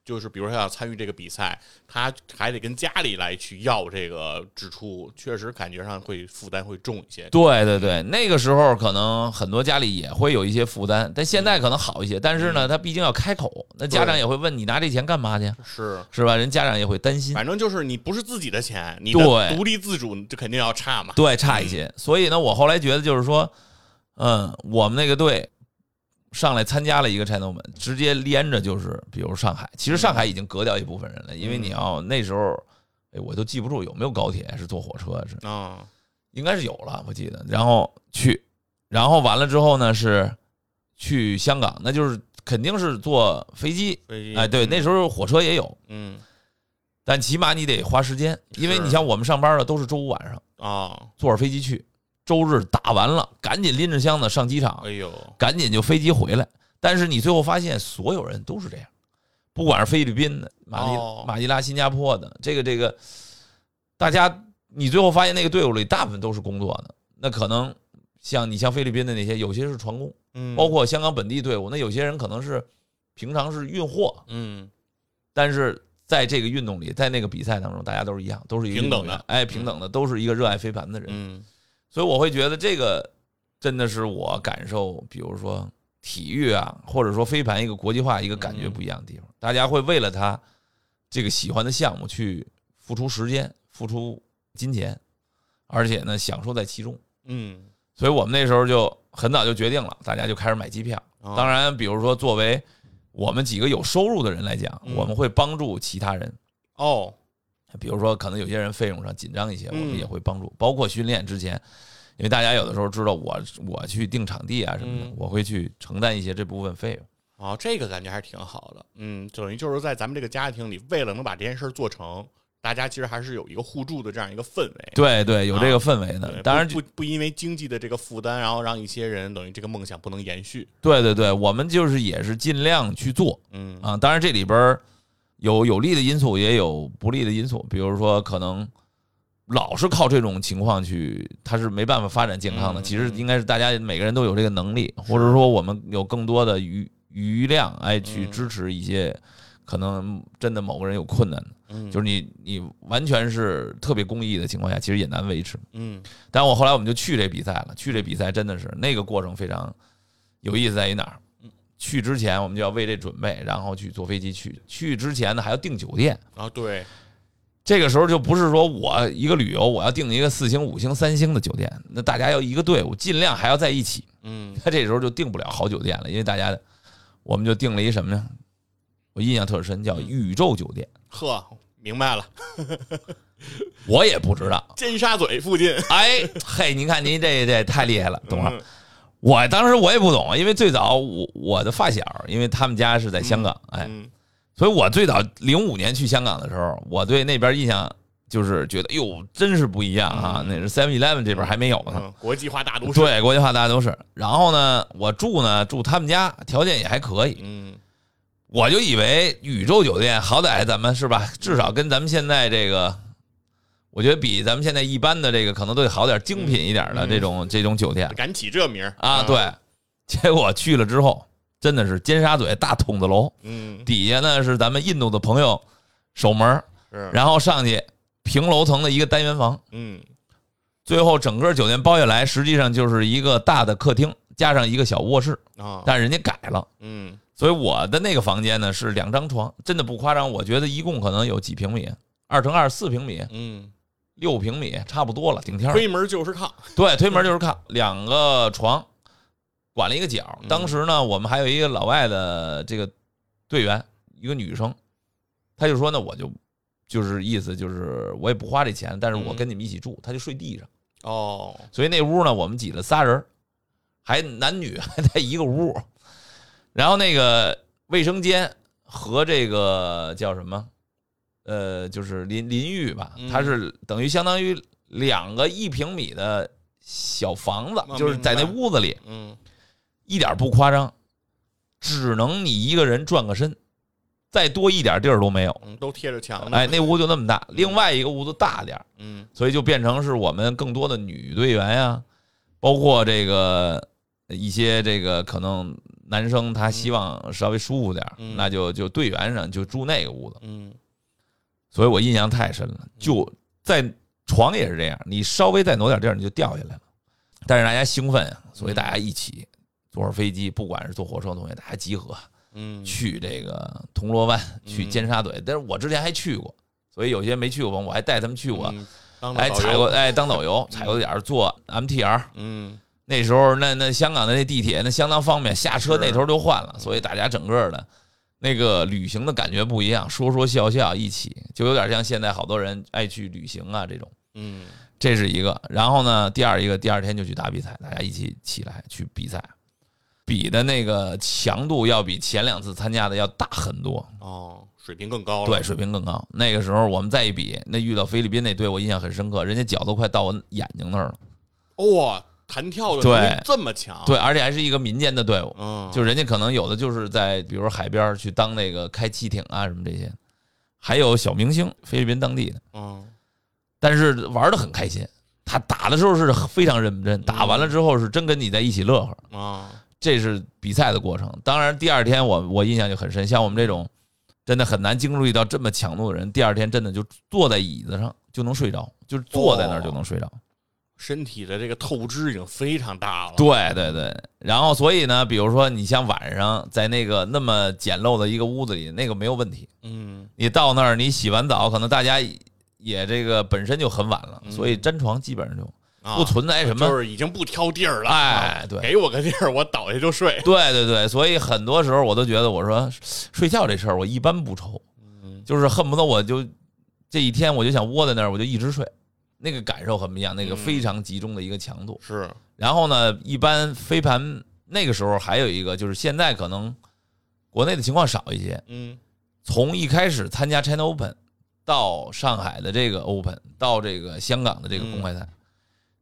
A: 就是比如说要参与这个比赛，他还得跟家里来去要这个支出，确实感觉上会负担会重一些。
B: 对对对，那个时候可能很多家里也会有一些负担，但现在可能好一些。但是呢，他毕竟要开口，那家长也会问你拿这钱干嘛去，
A: 是，
B: 是吧？人家长也会担心，
A: 反正就是你不是自己的钱，你的
B: 对
A: 独立自主就肯定要差嘛。
B: 对，差一些。所以呢，我后来觉得就是说，嗯，我们那个队上来参加了一个 China Open，直接连着就是，比如上海，其实上海已经隔掉一部分人了，因为你要那时候，哎，我都记不住有没有高铁，是坐火车是。
A: 啊，
B: 应该是有了，我记得。然后去，然后完了之后呢是去香港，那就是肯定是坐飞机。
A: 所以
B: 哎，对，那时候火车也有，
A: 嗯
B: 但起码你得花时间，因为
A: 是
B: 你像我们上班的都是周五晚上
A: 啊，
B: 坐着飞机去，周日打完了赶紧拎着箱子上机场
A: 哎，呦，
B: 赶紧就飞机回来。但是你最后发现，所有人都是这样，不管是菲律宾的、马尼、
A: 哦
B: 马尼拉、新加坡的，这个这个，大家你最后发现那个队伍里大部分都是工作的，那可能像你像菲律宾的那些，有些是船工，
A: 嗯，
B: 包括香港本地队伍，那有些人可能是平常是运货，
A: 嗯
B: 但是。在这个运动里，在那个比赛当中，大家都是一样，都是一个
A: 平等的
B: 运动员哎，平等的，都是一个热爱飞盘的人。
A: 嗯
B: 所以我会觉得这个真的是我感受，比如说体育啊，或者说飞盘一个国际化一个感觉不一样的地方，大家会为了他这个喜欢的项目去付出时间、付出金钱，而且呢享受在其中。
A: 嗯，
B: 所以我们那时候就很早就决定了，大家就开始买机票。
A: 啊
B: 当然，比如说作为我们几个有收入的人来讲，
A: 嗯
B: 我们会帮助其他人。
A: 哦，
B: 比如说，可能有些人费用上紧张一些，我
A: 嗯
B: 们也会帮助，包括训练之前，因为大家有的时候知道我我去定场地啊什么的
A: 嗯，
B: 我会去承担一些这部分费用。
A: 哦，这个感觉还是挺好的。嗯，等于就是在咱们这个家庭里，为了能把这件事儿做成，大家其实还是有一个互助的这样一个氛围。
B: 对对，有这
A: 啊
B: 个氛围
A: 对
B: 的。嗯当然，
A: 不不不因为经济的这个负担，然后让一些人等于这个梦想不能延续。
B: 对对对，我们就是也是尽量去做
A: 嗯
B: 啊。当然，这里边儿有有利的因素，也有不利的因素，比如说可能老是靠这种情况去，他是没办法发展健康的。
A: 嗯
B: 其实应该是大家每个人都有这个能力，或者说我们有更多的余余量，哎，去
A: 嗯
B: 支持一些可能真的某个人有困难的，
A: 嗯，
B: 就是你你完全是特别公益的情况下，其实也难维持。
A: 嗯
B: 但我后来我们就去这比赛了，去这比赛真的是那个过程非常有意思，在于哪儿？去之前我们就要为这准备，然后去坐飞机去。去之前呢还要订酒店，
A: 啊，对，
B: 这个时候就不是说我一个旅游我要订一个四星、五星、三星的酒店，那大家要一个队伍，尽量还要在一起。
A: 嗯
B: (laughs) 他这时候就订不了好酒店了，因为大家我们就订了一什么呢？我印象特深，叫宇宙酒店。
A: 呵，明白了，
B: 我也不知道，
A: 尖沙咀附近，
B: 哎，嘿，您看您这这太厉害了，懂了。
A: 嗯
B: 我当时我也不懂，因为最早我我的发小，因为他们家是在香港， (laughs) 哎，
A: 嗯
B: 所以我最早零五年去香港的时候，我对那边印象就是觉得，哟，真是不一样啊！那是 Seven Eleven 这边还没有呢，
A: 嗯，国际化大都市，
B: 对，国际化大家都是。然后呢，我住呢住他们家，条件也还可以，
A: 嗯
B: 我就以为宇宙酒店好歹咱们是吧，至少跟咱们现在这个，我觉得比咱们现在一般的这个可能都得好点，精品一点的这种、这种酒店。
A: 敢起这名儿
B: 啊，，对。结果去了之后，真的是尖沙咀大筒子楼
A: 嗯
B: 底下呢是咱们印度的朋友守门儿，
A: 是，
B: 然后上去平楼层的一个单元房，
A: 嗯
B: 最后整个酒店包下来，实际上就是一个大的客厅加上一个小卧室，
A: 啊，
B: 但是人家改了。
A: 嗯
B: 所以我的那个房间呢是两张床，真的不夸张，我觉得一共可能有几平米，二乘二四平米，
A: 嗯，
B: 六平米差不多了，顶天儿了。
A: 推门就是炕，
B: 对，推门就是炕，两个床，管了一个角。当时呢，我们还有一个老外的这个队员，一个女生，她就说呢，我就就是意思就是我也不花这钱，但是我跟你们一起住，她就睡地上。
A: 哦，
B: 所以那屋呢，我们挤了仨人儿，还男女 (laughs) 还在一个屋，然后那个卫生间和这个叫什么，呃，就是淋淋浴吧
A: 嗯，
B: 它是等于相当于两个一平米的小房子
A: 啊，
B: 就是在那
A: 明白
B: 屋子里，
A: 嗯
B: 一点不夸张，只能你一个人转个身，再多一点地儿都没有。
A: 嗯，都贴着墙呢，
B: 哎，那屋就那么大，另外一个屋子大点儿。
A: 嗯
B: 所以就变成是我们更多的女队员呀、包括这个一些这个可能男生他希望稍微舒服点儿，
A: 嗯
B: 那就就队员上就住那个屋子。
A: 嗯
B: 所以我印象太深了，就在床也是这样，你稍微再挪点地儿你就掉下来了。但是大家兴奋啊，所以大家
A: 嗯
B: 一起坐上飞机，不管是坐火车、坐东西，大家集合
A: 嗯，
B: 去这个铜锣湾、去尖沙咀。但是我之前还去过，所以有些没去过朋友，我还带他们去过。
A: 嗯，当
B: 哎，
A: 着导
B: 踩
A: 游
B: 过，哎，当导游，踩过点儿坐 MTR。
A: 嗯
B: 那时候那那香港的那地铁那相当方便，下车
A: 是
B: 那头就换了，所以大家整个的那个旅行的感觉不一样，说说笑笑一起，就有点像现在好多人爱去旅行啊这种。
A: 嗯
B: 这是一个，然后呢，第二一个，第二天就去打比赛，大家一起起来去比赛，比的那个强度要比前两次参加的要大很多，
A: 哦，水平更高了，
B: 对，水平更高。那个时候我们再一比，那遇到菲律宾那队，我印象很深刻，人家脚都快到我眼睛那儿了。
A: 哇，弹跳的能力
B: 对
A: 这么强，，
B: 对，而且还是一个民间的队伍，
A: 嗯，
B: 就人家可能有的就是在比如海边儿去当那个开汽艇啊什么这些，还有小明星，菲律宾当地的，
A: 嗯
B: 但是玩的很开心。他打的时候是非常认真，打完了之后是真跟你在一起乐呵，
A: 啊，
B: 这是比赛的过程。当然，第二天我我印象就很深，像我们这种真的很难经历到这么强度的人，第二天真的就坐在椅子上就能睡着，就是坐在那儿就能睡着。
A: 身体的这个透支已经非常大了，
B: 对对对，然后所以呢，比如说你像晚上在那个那么简陋的一个屋子里，那个没有问题。
A: 嗯
B: 你到那儿，你洗完澡，可能大家也这个本身就很晚了，
A: 嗯
B: 所以粘床基本上就
A: 啊，
B: 不存在什么。
A: 就是已经不挑地儿了，
B: 哎
A: 啊
B: 对
A: 给我个地儿，我倒下就睡，
B: 对对对，所以很多时候我都觉得，我说睡觉这事儿我一般不愁，
A: 嗯
B: 就是恨不得我就这一天我就想窝在那儿，我就一直睡，那个感受很不一样，那个
A: 嗯
B: 非常集中的一个强度。
A: 是，
B: 然后呢，一般飞盘那个时候还有一个就是现在可能国内的情况少一些，
A: 嗯
B: 从一开始参加 China Open 到上海的这个 Open 到这个香港的这个公开赛，
A: 嗯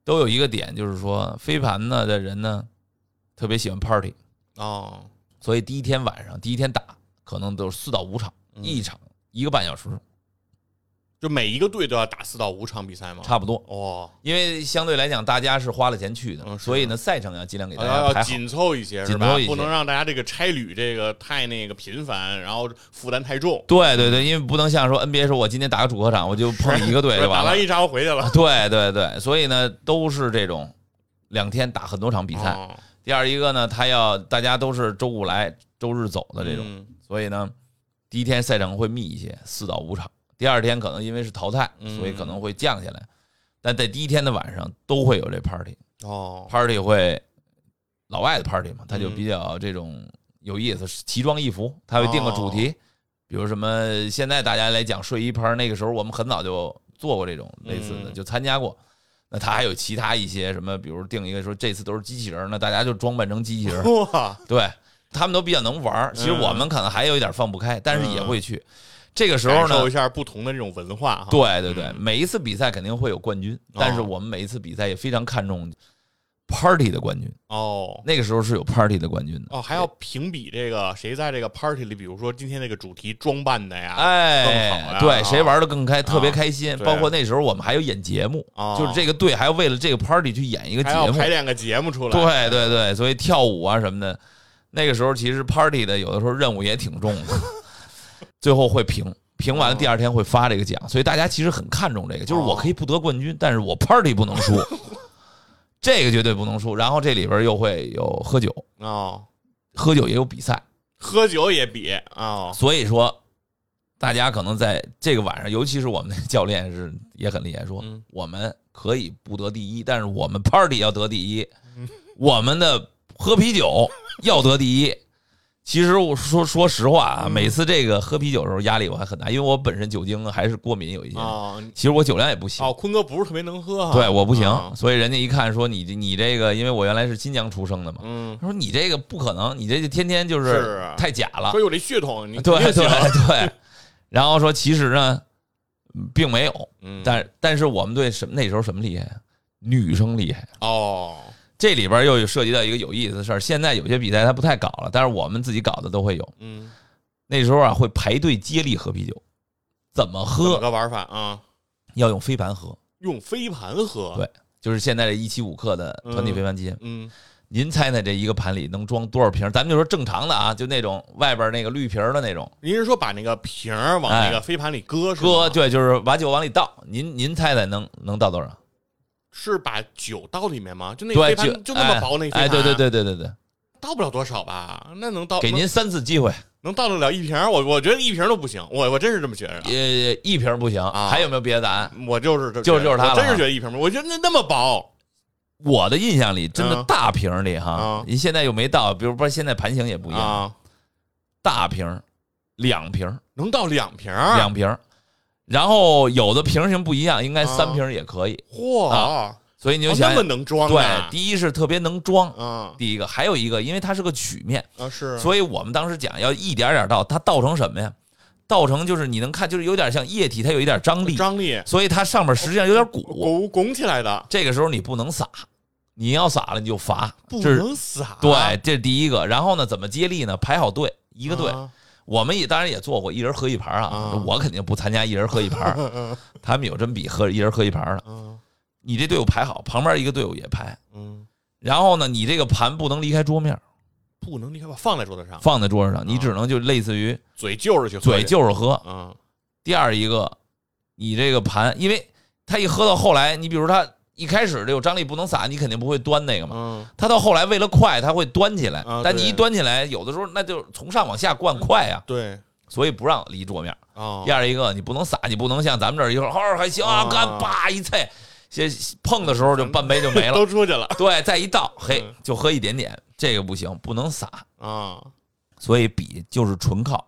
B: 都有一个点，就是说飞盘呢的人呢特别喜欢 party，
A: 哦，
B: 所以第一
A: 嗯哦
B: 天晚上第一天打可能都是四到五场，一场一个半小时，
A: 就每一个队都要打四到五场比赛吗？
B: 差不多。
A: 哦，
B: 因为相对来讲，大家是花了钱去
A: 嗯
B: 的，
A: 是
B: 所以呢，赛程要尽量给大
A: 要
B: 家排
A: 要
B: 好。
A: 紧凑一些是
B: 紧
A: 吧
B: 凑一？些
A: 不能让大家这个差旅这个太那个频繁，然后负担太重。
B: 对对对，因为不能像说 NBA 说我今天打个主客场，我就碰一个队就
A: 打
B: 完
A: (laughs)
B: 了
A: 完。一场我回去了。
B: 对对对，所以呢，都是这种两天打很多 (laughs) 场比赛。
A: 哦
B: 第二一个呢，他要大家都是周五来周日走的这种，
A: 嗯
B: 所以呢，第一天赛程会密一些，四到五场。第二天可能因为是淘汰，
A: 嗯
B: 所以可能会降下来，但在第一天的晚上都会有这 party，party
A: 哦，
B: 会老外的 party 嘛，
A: 嗯
B: 他就比较这种有意思，奇装异服，他会定个主
A: 哦
B: 题，比如什么现在大家来讲睡衣 party，那个时候我们很早就做过这种类似的，
A: 嗯
B: 就参加过。那他还有其他一些什么，比如定一个说这次都是机器人儿，那大家就装扮成机器人儿，
A: (laughs) 哇，
B: 对他们都比较能玩儿，其实
A: 嗯
B: 我们可能还有一点放不开，但是也会去。这个时
A: 感
B: 候
A: 受
B: 呢
A: 一，下不同的这种文化哈。
B: 对对对，
A: 嗯哦
B: 每一次比赛肯定会有冠军，但是我们每一次比赛也非常看重 party 的冠军。
A: 哦
B: 那个时候是有 party 的冠军的，
A: 哦，还要评比这个谁在这个 party 里，比如说今天这个主题装扮的呀，更好
B: 哎
A: 呀，
B: 对，
A: 啊
B: 谁玩的更开，特别
A: 啊
B: 开心。
A: 对
B: 包括那时候我们还有演节目，
A: 哦
B: 就是这个队还要为了这个 party 去演一个节
A: 还要
B: 目
A: 排，两个节目出来。
B: 对对对，所以跳舞啊什么的，那个时候其实 party 的有的时候任务也挺重
A: (laughs)
B: 的，最后会评，评完了
A: 哦
B: 第二天会发这个奖，所以大家其实很看重这个，就是我可以不得冠军，但是我 party 不能
A: (laughs)
B: 输，这个绝对不能输。然后这里边又会有喝酒，
A: 哦，
B: 喝酒也有比赛，
A: 喝酒也比啊，
B: 所以说。大家可能在这个晚上，尤其是我们那 (laughs) 教练是也很厉害，说
A: 嗯
B: 我们可以不得第一，但是我们 party 要得第一，
A: 嗯
B: 我们的喝啤酒要得第一。其实我说说实话啊，
A: 嗯
B: 每次这个喝啤酒的时候压力我还很大，因为我本身酒精还是过敏有一些。
A: 哦
B: 其实我酒量也不行，
A: 哦，坤哥不是特别能喝哈。
B: 对我不
A: 啊
B: 行，所以人家一看说你这你这个，因为我原来是新疆出生的嘛，
A: 嗯，
B: 他说你这个不可能，你这就天天就是是
A: 啊
B: 太假了
A: 说。有这血统，你
B: (laughs) 对对
A: 肯定行
B: 对，然后说其实呢，嗯并没有，
A: 嗯，
B: 但但是我们队什么那时候什么厉害啊？女生厉害。
A: 哦，
B: 这里边又有涉及到一个有意思的事儿，现在有些比赛他不太搞了，但是我们自己搞的都会有。
A: 嗯，
B: 那时候啊，会排队接力喝啤酒，怎
A: 怎
B: 么
A: 么
B: 喝
A: 个玩法啊？
B: 要用飞盘喝，
A: 用飞盘喝。
B: 对就是现在这一七五克的团体飞盘机。
A: 嗯，
B: 您猜猜这一个盘里能装多少瓶儿？咱们就说正常的啊，就那种外边那个绿瓶儿的那种。
A: 您是说把那个瓶儿往那个飞盘里搁是吗？
B: 哎搁对，就是把酒往里倒。您您猜猜能能倒多少？
A: 是把酒倒里面吗？就那个
B: 对，
A: 飞
B: 就
A: 盘就那么薄那
B: 哎
A: 飞
B: 哎，
A: 盘，
B: 对对，对对对对，
A: 倒不了多少吧？那能 (laughs) 倒
B: 给您三次机会，
A: 能能倒得了一瓶儿？我我觉得一瓶儿都不行，我我真是这么觉着的。
B: 呃，一瓶儿不行，
A: 啊
B: 还有没有别的答案？
A: 我就是这，
B: 就是就是它了
A: 我真是
B: 啊
A: 觉得一瓶儿不，我觉得那那么薄，
B: 我的印象里，真的
A: 嗯
B: 大瓶儿里哈
A: 嗯，
B: 您现在又没到，比如说现在盘型也不一样，
A: 啊，
B: 大瓶儿两瓶儿
A: 能倒两瓶儿，
B: 两瓶儿，然后有的瓶型不一样，应该三
A: 啊
B: 瓶儿也可以。
A: 嚯，
B: 啊所以你就
A: 哦
B: 想
A: 那么
B: 想，
A: 能装
B: 对，
A: 啊？
B: 第一是特别能装，
A: 啊
B: 第一个还有一个，因为它是个曲面，
A: 啊是，
B: 所以我们当时讲要一点儿点儿倒，它倒成什么呀？倒成就是你能看，就是有点像液体，它有一点张力，
A: 张力
B: 所以它上面实际上有点鼓。
A: 拱拱起来的，
B: 这个时候你不能撒，你要撒了你就罚，
A: 不
B: 这是
A: 能撒，
B: 对，这是第一个。然后呢，怎么接力呢？排好队，一
A: 一
B: 个队。我们也当然也做过，一人喝一盘啊。
A: 啊
B: 我肯定不参加一人喝一盘，
A: (laughs)
B: 他们有真比喝一人喝一盘的。
A: 嗯
B: 你这队伍排好，旁边一个队伍也排。
A: 嗯，
B: 然后呢，你这个盘不能离开桌面，
A: 不能离开吧，放在桌子上，
B: 放在桌
A: 啊
B: 子上，你只能就类似于
A: 嘴就着去，
B: 嘴，就是喝。
A: 嗯
B: 第二一个，你这个盘，因为他一喝到后来，你比如他一开始有张力不能撒，你肯定不会端那个嘛。
A: 嗯，
B: 他到后来为了快，他会端起来
A: 啊，
B: 但你一
A: 对
B: 端起来，有的时候那就从上往下灌快呀，
A: 对，
B: 所以不让离桌面。
A: 哦
B: 第，二一个，你不能撒，你不能像咱们这儿一会儿哦还行啊，
A: 啊
B: 干叭一啐，先碰的时候就半杯就没了，
A: 都出去了
B: 对，再一倒，嘿
A: 嗯，
B: 就喝一点点，这个不行，不能撒，
A: 啊，
B: 所以比就是纯靠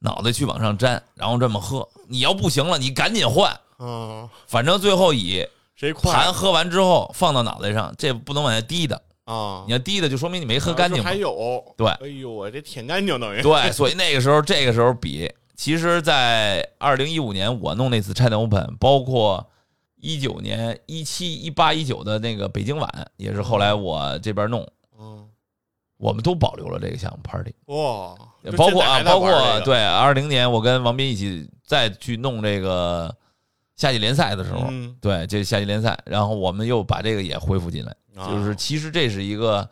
B: 脑袋去往上粘，然后这么喝。你要不行了，你赶紧换，
A: 嗯，
B: 反正最后以
A: 谁快
B: 盘喝完之后放到脑袋上，这不能往下滴的，
A: 啊
B: 你？要滴的就说明你没喝干净嘛
A: 还。有，
B: 对
A: 哎呦，我这舔干净 (laughs) 等于，
B: 对，所以那个时候，这个时候比，其实，在二零一五年我弄那次 China Open，包括一九年、一七、一八、一九的那个北京晚，也是后来我这边弄，
A: 嗯，
B: 我们都保留了这个项目 Party，
A: 哇，就
B: 包
A: 现
B: 括
A: 在
B: 啊，
A: 还在
B: 包
A: 玩
B: 括
A: 这个，
B: 对二零年我跟王斌一起再去弄这个夏季联赛的时候，
A: 嗯，
B: 对这夏季联赛，然后我们又把这个也恢复进来，
A: 啊
B: 就是其实这是一个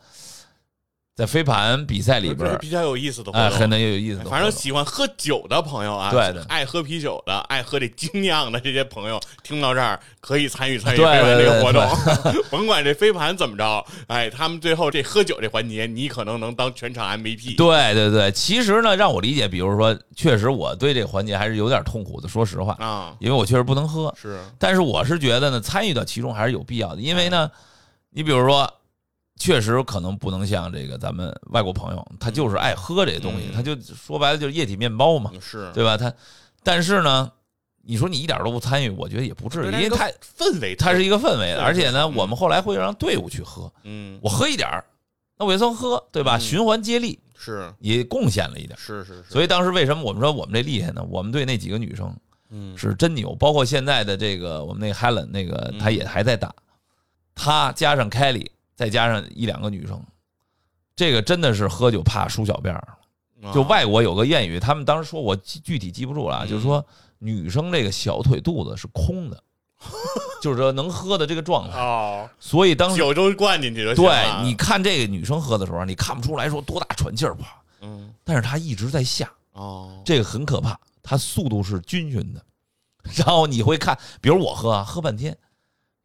B: 在飞盘比赛里
A: 这
B: 边
A: 是
B: 儿，
A: 比较有意思的活
B: 哎，
A: 动，
B: 很能有意思的活动，
A: 反正喜欢喝酒的朋友啊，
B: 对的
A: 爱喝啤酒的、爱喝这精酿的这些朋友，听到这儿可以参与参与飞
B: 对
A: 盘这个
B: 对
A: 活
B: 对
A: 动， (laughs) 甭管这飞盘怎么着，哎，他们最后这喝酒这环节，你可能能当全场 MVP。
B: 对对对，其实呢，让我理解，比如说，确实我对这个环节还是有点痛苦的，说实话，
A: 啊，
B: 因为我确实不能喝。
A: 是
B: 但是我是觉得呢，参与到其中还是有必要的，因为呢，你比如说，确实可能不能像这个咱们外国朋友，他就是爱喝这东西
A: 嗯，
B: 他就说白了就是液体面包嘛，
A: 是，
B: 对吧？他，但是呢，你说你一点都不参与，我觉得也不至于，因为
A: 它
B: 他
A: 氛围特，
B: 它是一个氛围，
A: 是
B: 而且呢，
A: 嗯
B: 我们后来会让队伍去喝，
A: 嗯，
B: 我喝一点儿，那我也算喝，对吧？
A: 嗯
B: 循环接力。
A: 是
B: 也贡献了一点。
A: 是是是，
B: 所以当时为什么我们说我们这厉害呢？我们队那几个女生
A: 嗯
B: 是真牛，包括现在的这个我们那 Helen 那个
A: 嗯
B: 她也还在打，她加上 Kelly 再加上一两个女生，这个真的是喝酒怕输小辫儿。就外国有个谚语，他们当时说我记具体记不住了啊，
A: 啊嗯
B: 就是说女生这个小腿肚子是空
A: (laughs)
B: 的，就是说能喝的这个状态。
A: 哦，
B: 所以当时
A: 酒啊都灌进去就行了
B: 对你，看这个女生喝的时候，啊你看不出来说多大喘气儿不好，
A: 嗯
B: 但是她一直在下。
A: 哦，
B: 这个很可怕，它速度是均匀的。然后你会看，比如我喝啊，喝半天，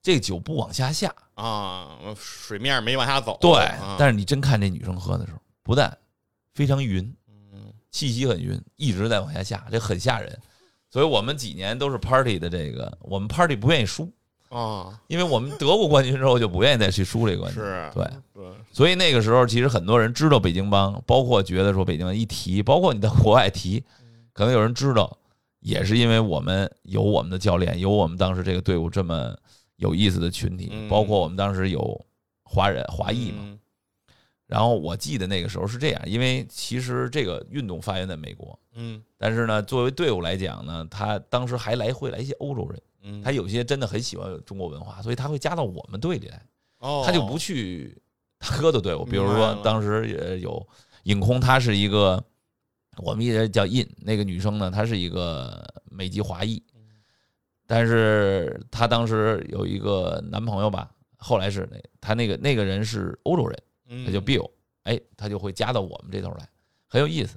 B: 这个酒不往下下，
A: 啊，水面没往下走，
B: 对。
A: 啊
B: 但是你真看这女生喝的时候，不但非常匀，
A: 嗯
B: 气息很匀，一直在往下下，这很吓人。所以我们几年都是 party 的这个，我们 party 不愿意输，
A: 啊，
B: 因为我们得过冠军之后就不愿意再去输这个冠军。
A: 是，
B: 对，
A: 对。
B: 所以那个时候，其实很多人知道北京帮，包括觉得说北京帮一提，包括你在国外提，
A: 嗯
B: 可能有人知道，也是因为我们有我们的教练，有我们当时这个队伍这么有意思的群体
A: 嗯，
B: 包括我们当时有华人华裔嘛。
A: 嗯
B: 然后我记得那个时候是这样，因为其实这个运动发源在美国，
A: 嗯
B: 但是呢，作为队伍来讲呢，他当时还来回来一些欧洲人，
A: 嗯，
B: 他有些真的很喜欢中国文化，所以他会加到我们队里来。
A: 哦，
B: 他就不去他哥的队伍。比如
A: 明白
B: 说
A: 了
B: 当时呃有影空，她是一个我们一直叫印那个女生呢，她是一个美籍华裔，但是她当时有一个男朋友吧，后来是那她那个那个人是欧洲人，
A: 嗯，
B: 他叫 Bill，哎，他就会加到我们这头来，很有意思。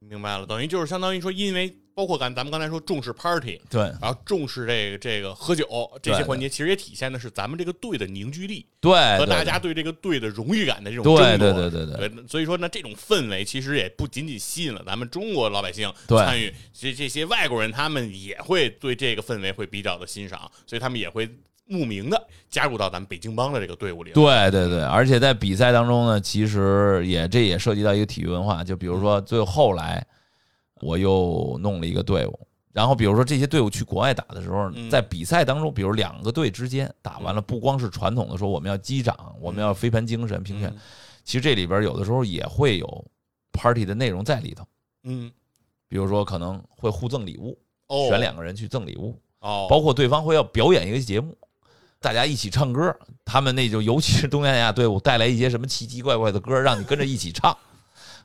A: 明白了，等于就是相当于说，因为包括咱咱们刚才说重视 party，
B: 对
A: 然后重视这个这个喝酒这些环节，其实也体现的是咱们这个队的凝聚力
B: 对，
A: 和
B: 哎对
A: 大家对这个队的荣誉感的这种争
B: 对
A: 夺。
B: 对对对对
A: 对，所以说呢，这种氛围其实也不仅仅吸引了咱们中国老百姓
B: 对
A: 参与，这这些外国人他们也会对这个氛围会比较的欣赏，所以他们也会慕名的加入到咱们北京帮的这个队伍里。，
B: 对对对，而且在比赛当中呢，其实也这也涉及到一个体育文化，就比如说最后来我又弄了一个队伍，然后比如说这些队伍去国外打的时候
A: 嗯，
B: 在比赛当中，比如两个队之间打完了，不光是传统的说我们要击掌，我
A: 嗯
B: 们要飞盘精神评选，其实这里边有的时候也会有 party 的内容在里头，
A: 嗯，
B: 比如说可能会互赠礼物，
A: 哦，
B: 选两个人去赠礼物，
A: 哦，
B: 包括对方会要表演一个节目，大家一起唱歌，他们那就尤其是东南亚队伍带来一些什么奇奇怪怪的歌，让你跟着一起唱。 (laughs)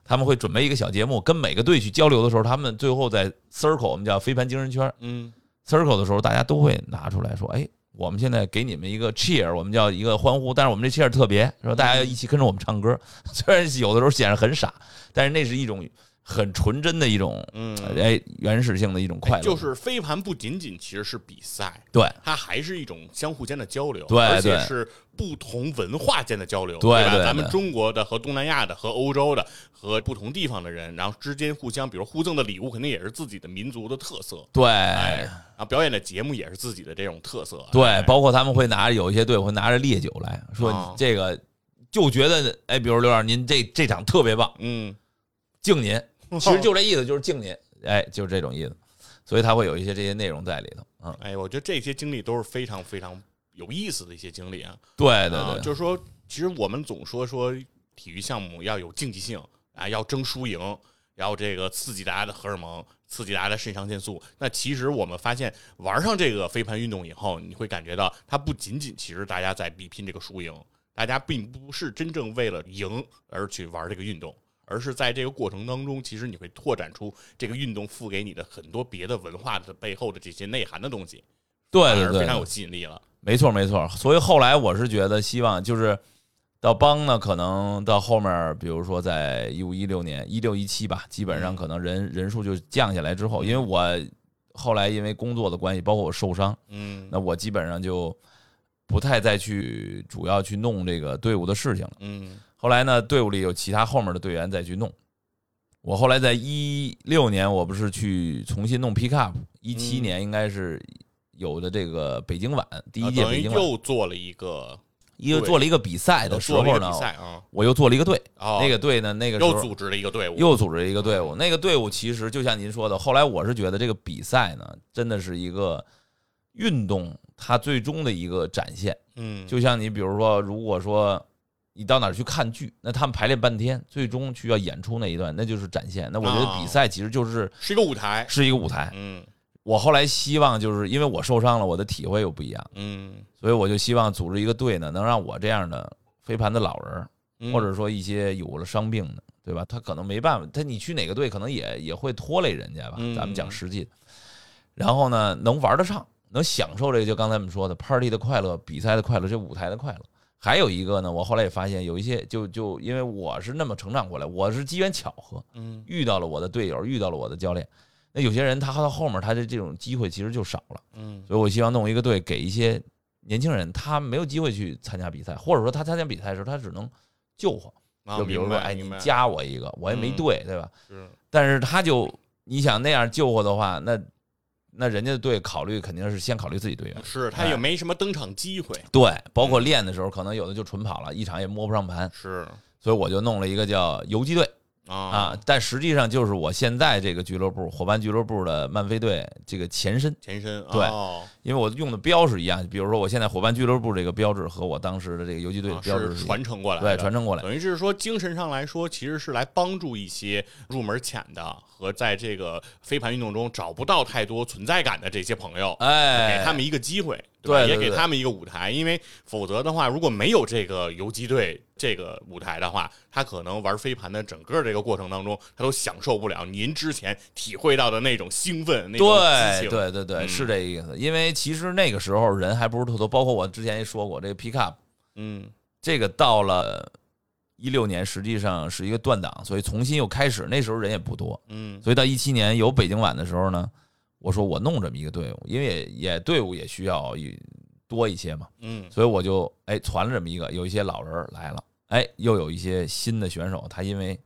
B: 他们会准备一个小节目，跟每个队去交流的时候，他们最后在 circle 我们叫飞盘精神圈
A: 嗯
B: circle 的时候，大家都会拿出来说，哎。我们现在给你们一个 cheer，我们叫一个欢呼，但是我们这 cheer 特别，说大家要一起跟着我们唱歌。 (laughs) 虽然有的时候显得很傻，但是那是一种很纯真的一种，
A: 嗯，
B: 哎，原始性的一种快乐，
A: 哎就是飞盘不仅仅其实是比赛，
B: 对，
A: 它还是一种相互间的交流，
B: 对
A: 而且
B: 对
A: 是不同文化间的交流，
B: 对
A: 吧？
B: 对对
A: 咱们中国的和东南亚的和欧洲的和不同地方的人，然后之间互相，比如互赠的礼物，肯定也是自己的民族的特色，
B: 对，
A: 哎，然后表演的节目也是自己的这种特色，
B: 对
A: 哎，
B: 包括他们会拿着有一些队伍会拿着烈酒来
A: 哦
B: 说这个，就觉得哎，比如刘老师您这这场特别棒，
A: 嗯，
B: 敬您，
A: 哦
B: 其实就这意思，就是敬您，哎，就是这种意思，所以他会有一些这些内容在里头，嗯，
A: (laughs) 哎，我觉得这些经历都是非常非常有意思的一些经历啊，
B: 对对
A: 啊
B: 对，
A: 就是说，其实我们总说说体育项目要有竞技性啊，要争输赢，然后这个刺激大家的荷尔蒙，刺激大家的肾上腺素。那其实我们发现，玩上这个飞盘运动以后，你会感觉到它不仅仅其实大家在比拼这个输赢，大家并不是真正为了赢而去玩这个运动，而是在这个过程当中，其实你会拓展出这个运动赋给你的很多别的文化的背后的这些内涵的东西，
B: 对
A: 反
B: 对
A: 而非常
B: 对
A: 有，吸引力了。
B: 没错没错。所以后来我是觉得，希望就是到邦呢，可能到后面，比如说在一五一六年、一六一七吧，基本
A: 嗯
B: 上可能人人数就降下来之后，因为我后来因为工作的关系，包括我受伤，
A: 嗯
B: 那我基本上就不太再去主要去弄这个队伍的事情了。
A: 嗯
B: 后来呢，队伍里有其他后面的队员再去弄。我后来在一六年，我不是去重新弄 pickup，一七
A: 嗯
B: 年应该是有的这个北京晚第
A: 啊
B: 一届
A: 等于
B: 北京晚，
A: 又做了一个
B: 因为做了一个比赛哎的时
A: 做了一
B: 候
A: 个
B: 呢
A: 比，赛啊，
B: 我又做了一个队，
A: 哦，
B: 那个队呢，那个时
A: 又
B: 候
A: 组织了一个队伍，
B: 又组织了一个队伍，那个队伍其实就像您说的，后来我是觉得这个比赛呢，真的是一个运动它最终的一个展现。
A: 嗯
B: 就像你比如说，如果说你到哪儿去看剧，那他们排练半天，最终需要演出那一段，那就是展现。那我觉得比赛其实就是
A: 是一个舞台，
B: 是一个舞台。
A: 哦嗯
B: 我后来希望就是因为我受伤了，我的体会又不一样，
A: 嗯，
B: 所以我就希望组织一个队呢，能让我这样的飞盘的老人儿，
A: 嗯
B: 或者说一些有了伤病的，对吧？他可能没办法，他你去哪个队可能也也会拖累人家吧
A: 嗯。
B: 咱们讲实际的，然后呢，能玩得上，能享受这个，就刚才我们说的 party 的快乐、比赛的快乐、这舞台的快乐。还有一个呢，我后来也发现有一些就就因为我是那么成长过来，我是机缘巧合
A: 嗯
B: 遇到了我的队友，遇到了我的教练。那有些人他到后面他的这种机会其实就少了，
A: 嗯
B: 所以我希望弄一个队给一些年轻人，他没有机会去参加比赛，或者说他参加比赛的时候他只能救火。
A: 啊
B: 就比如
A: 明
B: 说，
A: 白
B: 哎，
A: 明
B: 你
A: 白
B: 加我一个，我也没
A: 嗯
B: 对，对吧？
A: 是
B: 但是他就你想那样救活的话，那那人家队考虑肯定是先考虑自己队员，
A: 是，他也没什么登场机会，
B: 对，包
A: 嗯
B: 括练的时候，可能有的就纯跑了，一场也摸不上盘，
A: 是
B: 所以我就弄了一个叫游击队
A: 啊
B: 啊，，但实际上就是我现在这个俱乐部伙伴俱乐部的曼菲队这个前身，
A: 前身
B: 对
A: 哦
B: 因为我用的标是一样，比如说我现在伙伴俱乐部这个标志和我当时的这个游击队
A: 啊
B: 的标志
A: 是
B: 是一样
A: 传承过来的，
B: 对传承过来。
A: 等于是说，精神上来说，其实是来帮助一些入门浅的和在这个飞盘运动中找不到太多存在感的这些朋友，
B: 哎，
A: 给他们一个机会，吧
B: 对对
A: 也给
B: 对
A: 他们一个舞台。因为否则的话，如果没有这个游击队这个舞台的话，他可能玩飞盘的整个这个过程当中，他都享受不了您之前体会到的那种兴奋、那种激
B: 对
A: 情。
B: 对对对，
A: 嗯
B: 是这意思。因为其实那个时候人还不是特多，包括我之前也说过，这个 pickup
A: 嗯
B: 这个到了一六年，实际上是一个断档，所以重新又开始。那时候人也不多，
A: 嗯
B: 所以到一七年有北京晚的时候呢，我说我弄这么一个队伍，因为也也队伍也需要一多一些嘛，
A: 嗯
B: 所以我就哎传了这么一个，有一些老人儿来了，哎，又有一些新的选手，他因为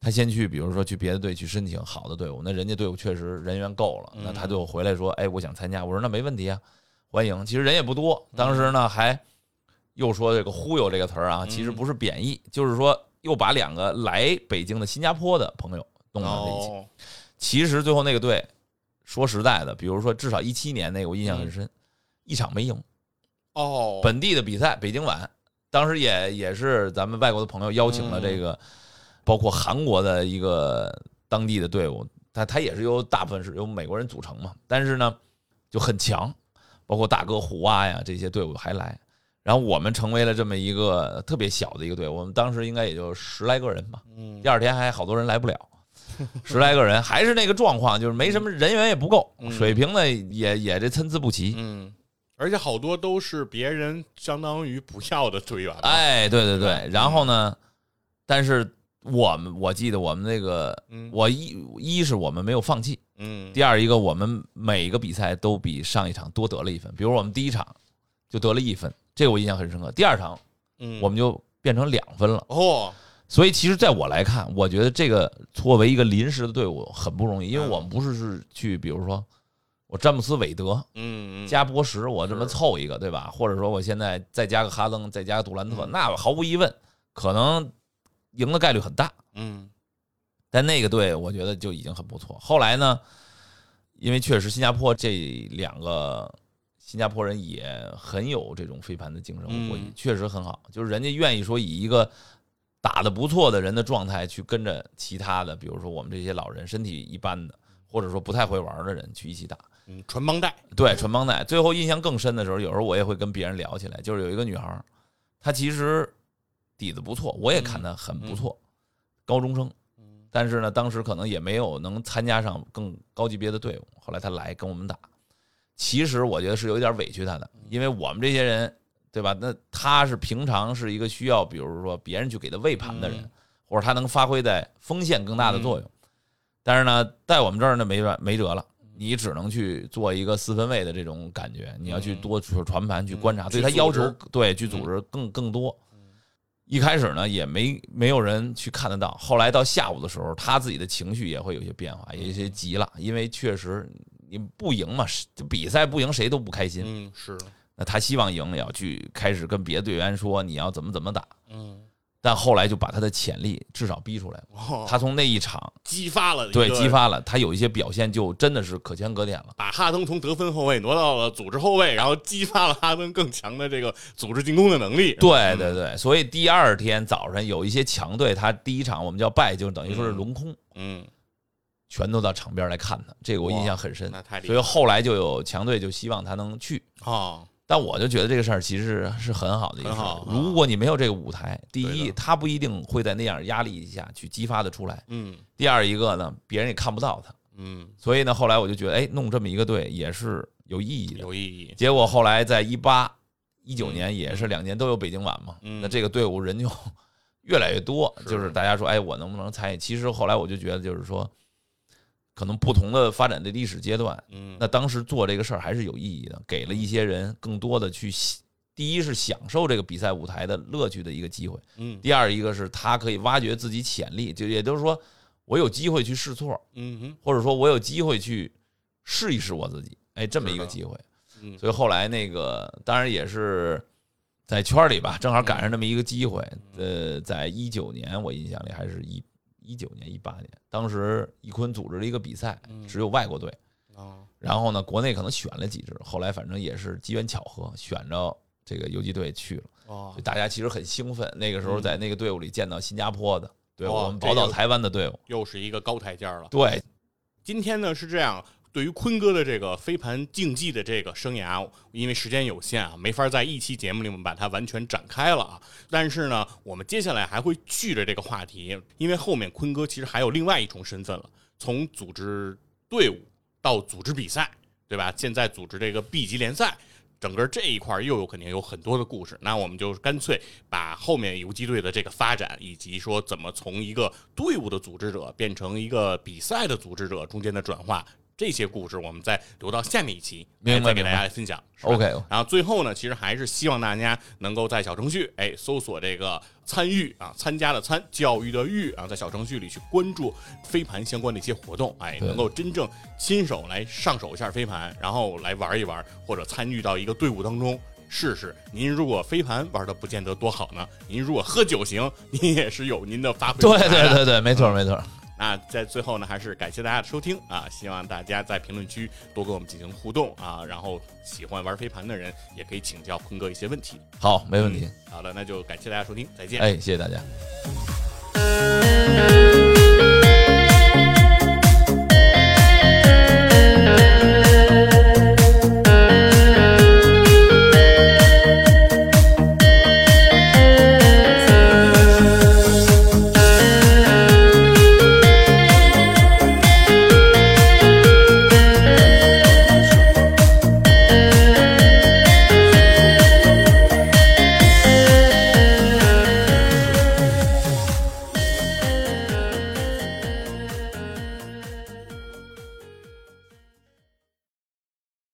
B: 他先去，比如说去别的队去申请好的队伍，那人家队伍确实人员够了，那他就回来说，哎，我想参加，我说那没问题啊，欢迎。其实人也不多，当时呢还又说这个忽悠这个词儿啊，其实不是贬义，就是说又把两个来北京的新加坡的朋友弄到了一起。
A: 哦
B: 其实最后那个队，说实在的，比如说至少一七年那个我印象很深，一场没赢。
A: 哦，
B: 本地的比赛，北京晚，当时也也是咱们外国的朋友邀请了
A: 嗯
B: 这个，包括韩国的一个当地的队伍，他他也是由大部分是由美国人组成嘛，但是呢就很强，包括大哥虎蛙呀这些队伍还来，然后我们成为了这么一个特别小的一个队，我们当时应该也就十来个人吧，
A: 嗯
B: 第二天还好多人来不了。十来个人，还是那个状况，就是没什么人员也不够，
A: 嗯
B: 水平呢也也这参差不齐。
A: 嗯，而且好多都是别人相当于不要的队员。，
B: 哎，对对
A: 对吧
B: 对，然后呢，但是我们我记得我们那个，
A: 嗯
B: 我一一是我们没有放弃，
A: 嗯，
B: 第二一个我们每个比赛都比上一场多得了一分，比如我们第一场就得了一分，这个我印象很深刻。第二场
A: 嗯
B: 我们就变成两分了，
A: 哦，
B: 所以其实在我来看，我觉得这个作为一个临时的队伍很不容易，因为
A: 嗯
B: 我们不是是去，比如说我詹姆斯韦德，
A: 嗯嗯，
B: 加波什，我这么
A: 是
B: 凑一个，对吧？或者说我现在再加个哈登，再加个杜兰特，
A: 嗯
B: 那毫无疑问，可能赢的概率很大。
A: 嗯
B: 但那个队我觉得就已经很不错。后来呢，因为确实新加坡这两个新加坡人也很有这种飞盘的精神，
A: 嗯
B: 我估计确实很好，就是人家愿意说以一个。打的不错的人的状态去跟着其他的，比如说我们这些老人身体一般的，或者说不太会玩的人去一起打，
A: 嗯，传帮带，
B: 对，传帮带。最后印象更深的时候，有时候我也会跟别人聊起来，就是有一个女孩儿，他其实底子不错，我也看他很不错，高中生。但是呢，当时可能也没有能参加上更高级别的队伍。后来他来跟我们打，其实我觉得是有一点委屈他的，因为我们这些人，对吧？那他是平常是一个需要，比如说别人去给他喂盘的人
A: 嗯，
B: 或者他能发挥在锋线更大的作用。但是呢，在我们这儿呢没办没辙了，你只能去做一个四分卫的这种感觉，你要去
A: 嗯
B: 多去传盘去观察，
A: 嗯
B: 对
A: 去
B: 他
A: 组
B: 要求
A: 织嗯
B: 对去组织更更多。一开始呢也没没有人去看得到，后来到下午的时候，他自己的情绪也会有一些变化，有一
A: 嗯
B: 些急了，因为确实你不赢嘛，是比赛不赢谁都不开心。
A: 嗯，是，
B: 那他希望赢，也要去开始跟别的队员说你要怎么怎么打，
A: 嗯，
B: 但后来就把他的潜力至少逼出来了。
A: 哦
B: 他从那一场
A: 激发了一
B: 对
A: 个
B: 激，发了他有一些表现，就真的是可圈可点了。
A: 把哈登从得分后卫挪到了组织后卫，然后激发了哈登更强的这个组织进攻的能力。
B: 对
A: 嗯
B: 对对，所以第二天早上有一些强队，他第一场我们叫败，就等于说是轮空，
A: 嗯，
B: 全都到场边来看他，这个我印象很深
A: 那。太厉害
B: 所以
A: 了
B: 后来就有强队就希望他能去，
A: 哦，
B: 但我就觉得这个事儿其实是是很好的一个事
A: 很
B: 儿
A: 好。啊
B: 如果你没有这个舞台，第
A: 对
B: 一，
A: 的
B: 他不一定会在那样压力下去激发的出来；
A: 嗯
B: 第二一个呢，别人也看不到他。
A: 嗯，
B: 所以呢，后来我就觉得，哎，弄这么一个队也是有意义
A: 嗯
B: 的。
A: 有意义。
B: 结果后来在一八一九
A: 嗯
B: 年也是两年都有北京晚嘛，
A: 嗯
B: 那这个队伍人就 (laughs) 越来越多，
A: 是
B: 就是大家说，哎，我能不能参与？其实后来我就觉得，就是说，可能不同的发展的历史阶段，
A: 嗯，
B: 那当时做这个事儿还是有意义的，给了一些人更多的去喜，第一是享受这个比赛舞台的乐趣的一个机会，
A: 嗯
B: 第二一个是他可以挖掘自己潜力，就也就是说，我有机会去试错，
A: 嗯哼
B: 或者说我有机会去试一试我自己，哎，这么一个
A: 是的
B: 机会。
A: 嗯，
B: 所以后来那个当然也是在圈里吧，正好赶上这么一个机会。
A: 嗯
B: 呃，在一九年我印象里还是一一九年一八年，当时一坤组织了一个比赛，
A: 嗯
B: 只有外国队。
A: 哦，
B: 然后呢，国内可能选了几支，后来反正也是机缘巧合选着这个游击队去了。
A: 哦
B: 就，大家其实很兴奋，那个时候在那个队伍里见到新加坡的，对
A: 哇
B: 我们宝岛
A: 哦这哦个
B: 台湾的队伍，
A: 又是一个高台阶儿了。
B: 对
A: 今天呢是这样，对于坤哥的这个飞盘竞技的这个生涯，因为时间有限啊，没法在一期节目里我们把它完全展开了啊。但是呢，我们接下来还会续着这个话题，因为后面坤哥其实还有另外一重身份了，从组织队伍到组织比赛，对吧？现在组织这个 B 级联赛。整个这一块儿又有肯定有很多的故事，那我们就干脆把后面游击队的这个发展，以及说怎么从一个队伍的组织者变成一个比赛的组织者中间的转化，这些故事我们再留到下面一期
B: 明
A: 来
B: 白
A: 再给大
B: 明
A: 家
B: 白
A: 来分享。是吧
B: ，OK，
A: (laughs) 然后最后呢，其实还是希望大家能够在小程序哎搜索这个参与啊，参加的参，教育的育啊，在小程序里去关注飞盘相关的一些活动，哎，
B: 对
A: 能够真正亲手来上手一下飞盘，然后来玩一玩，或者参与到一个队伍当中。试试，您如果飞盘玩的不见得多好呢，您如果喝酒行， (laughs) 您也是有您的发挥
B: 对
A: 舞台的。
B: 对对对，没
A: 嗯
B: 错没错，
A: 那在最后呢，还是感谢大家的收听啊！希望大家在评论区多跟我们进行互动啊，然后喜欢玩飞盘的人也可以请教坤哥一些问题。
B: 好，没问题，
A: 嗯好了，那就感谢大家收听，再见。
B: 哎，谢谢大家。
C: 「君の背中を追いかけて」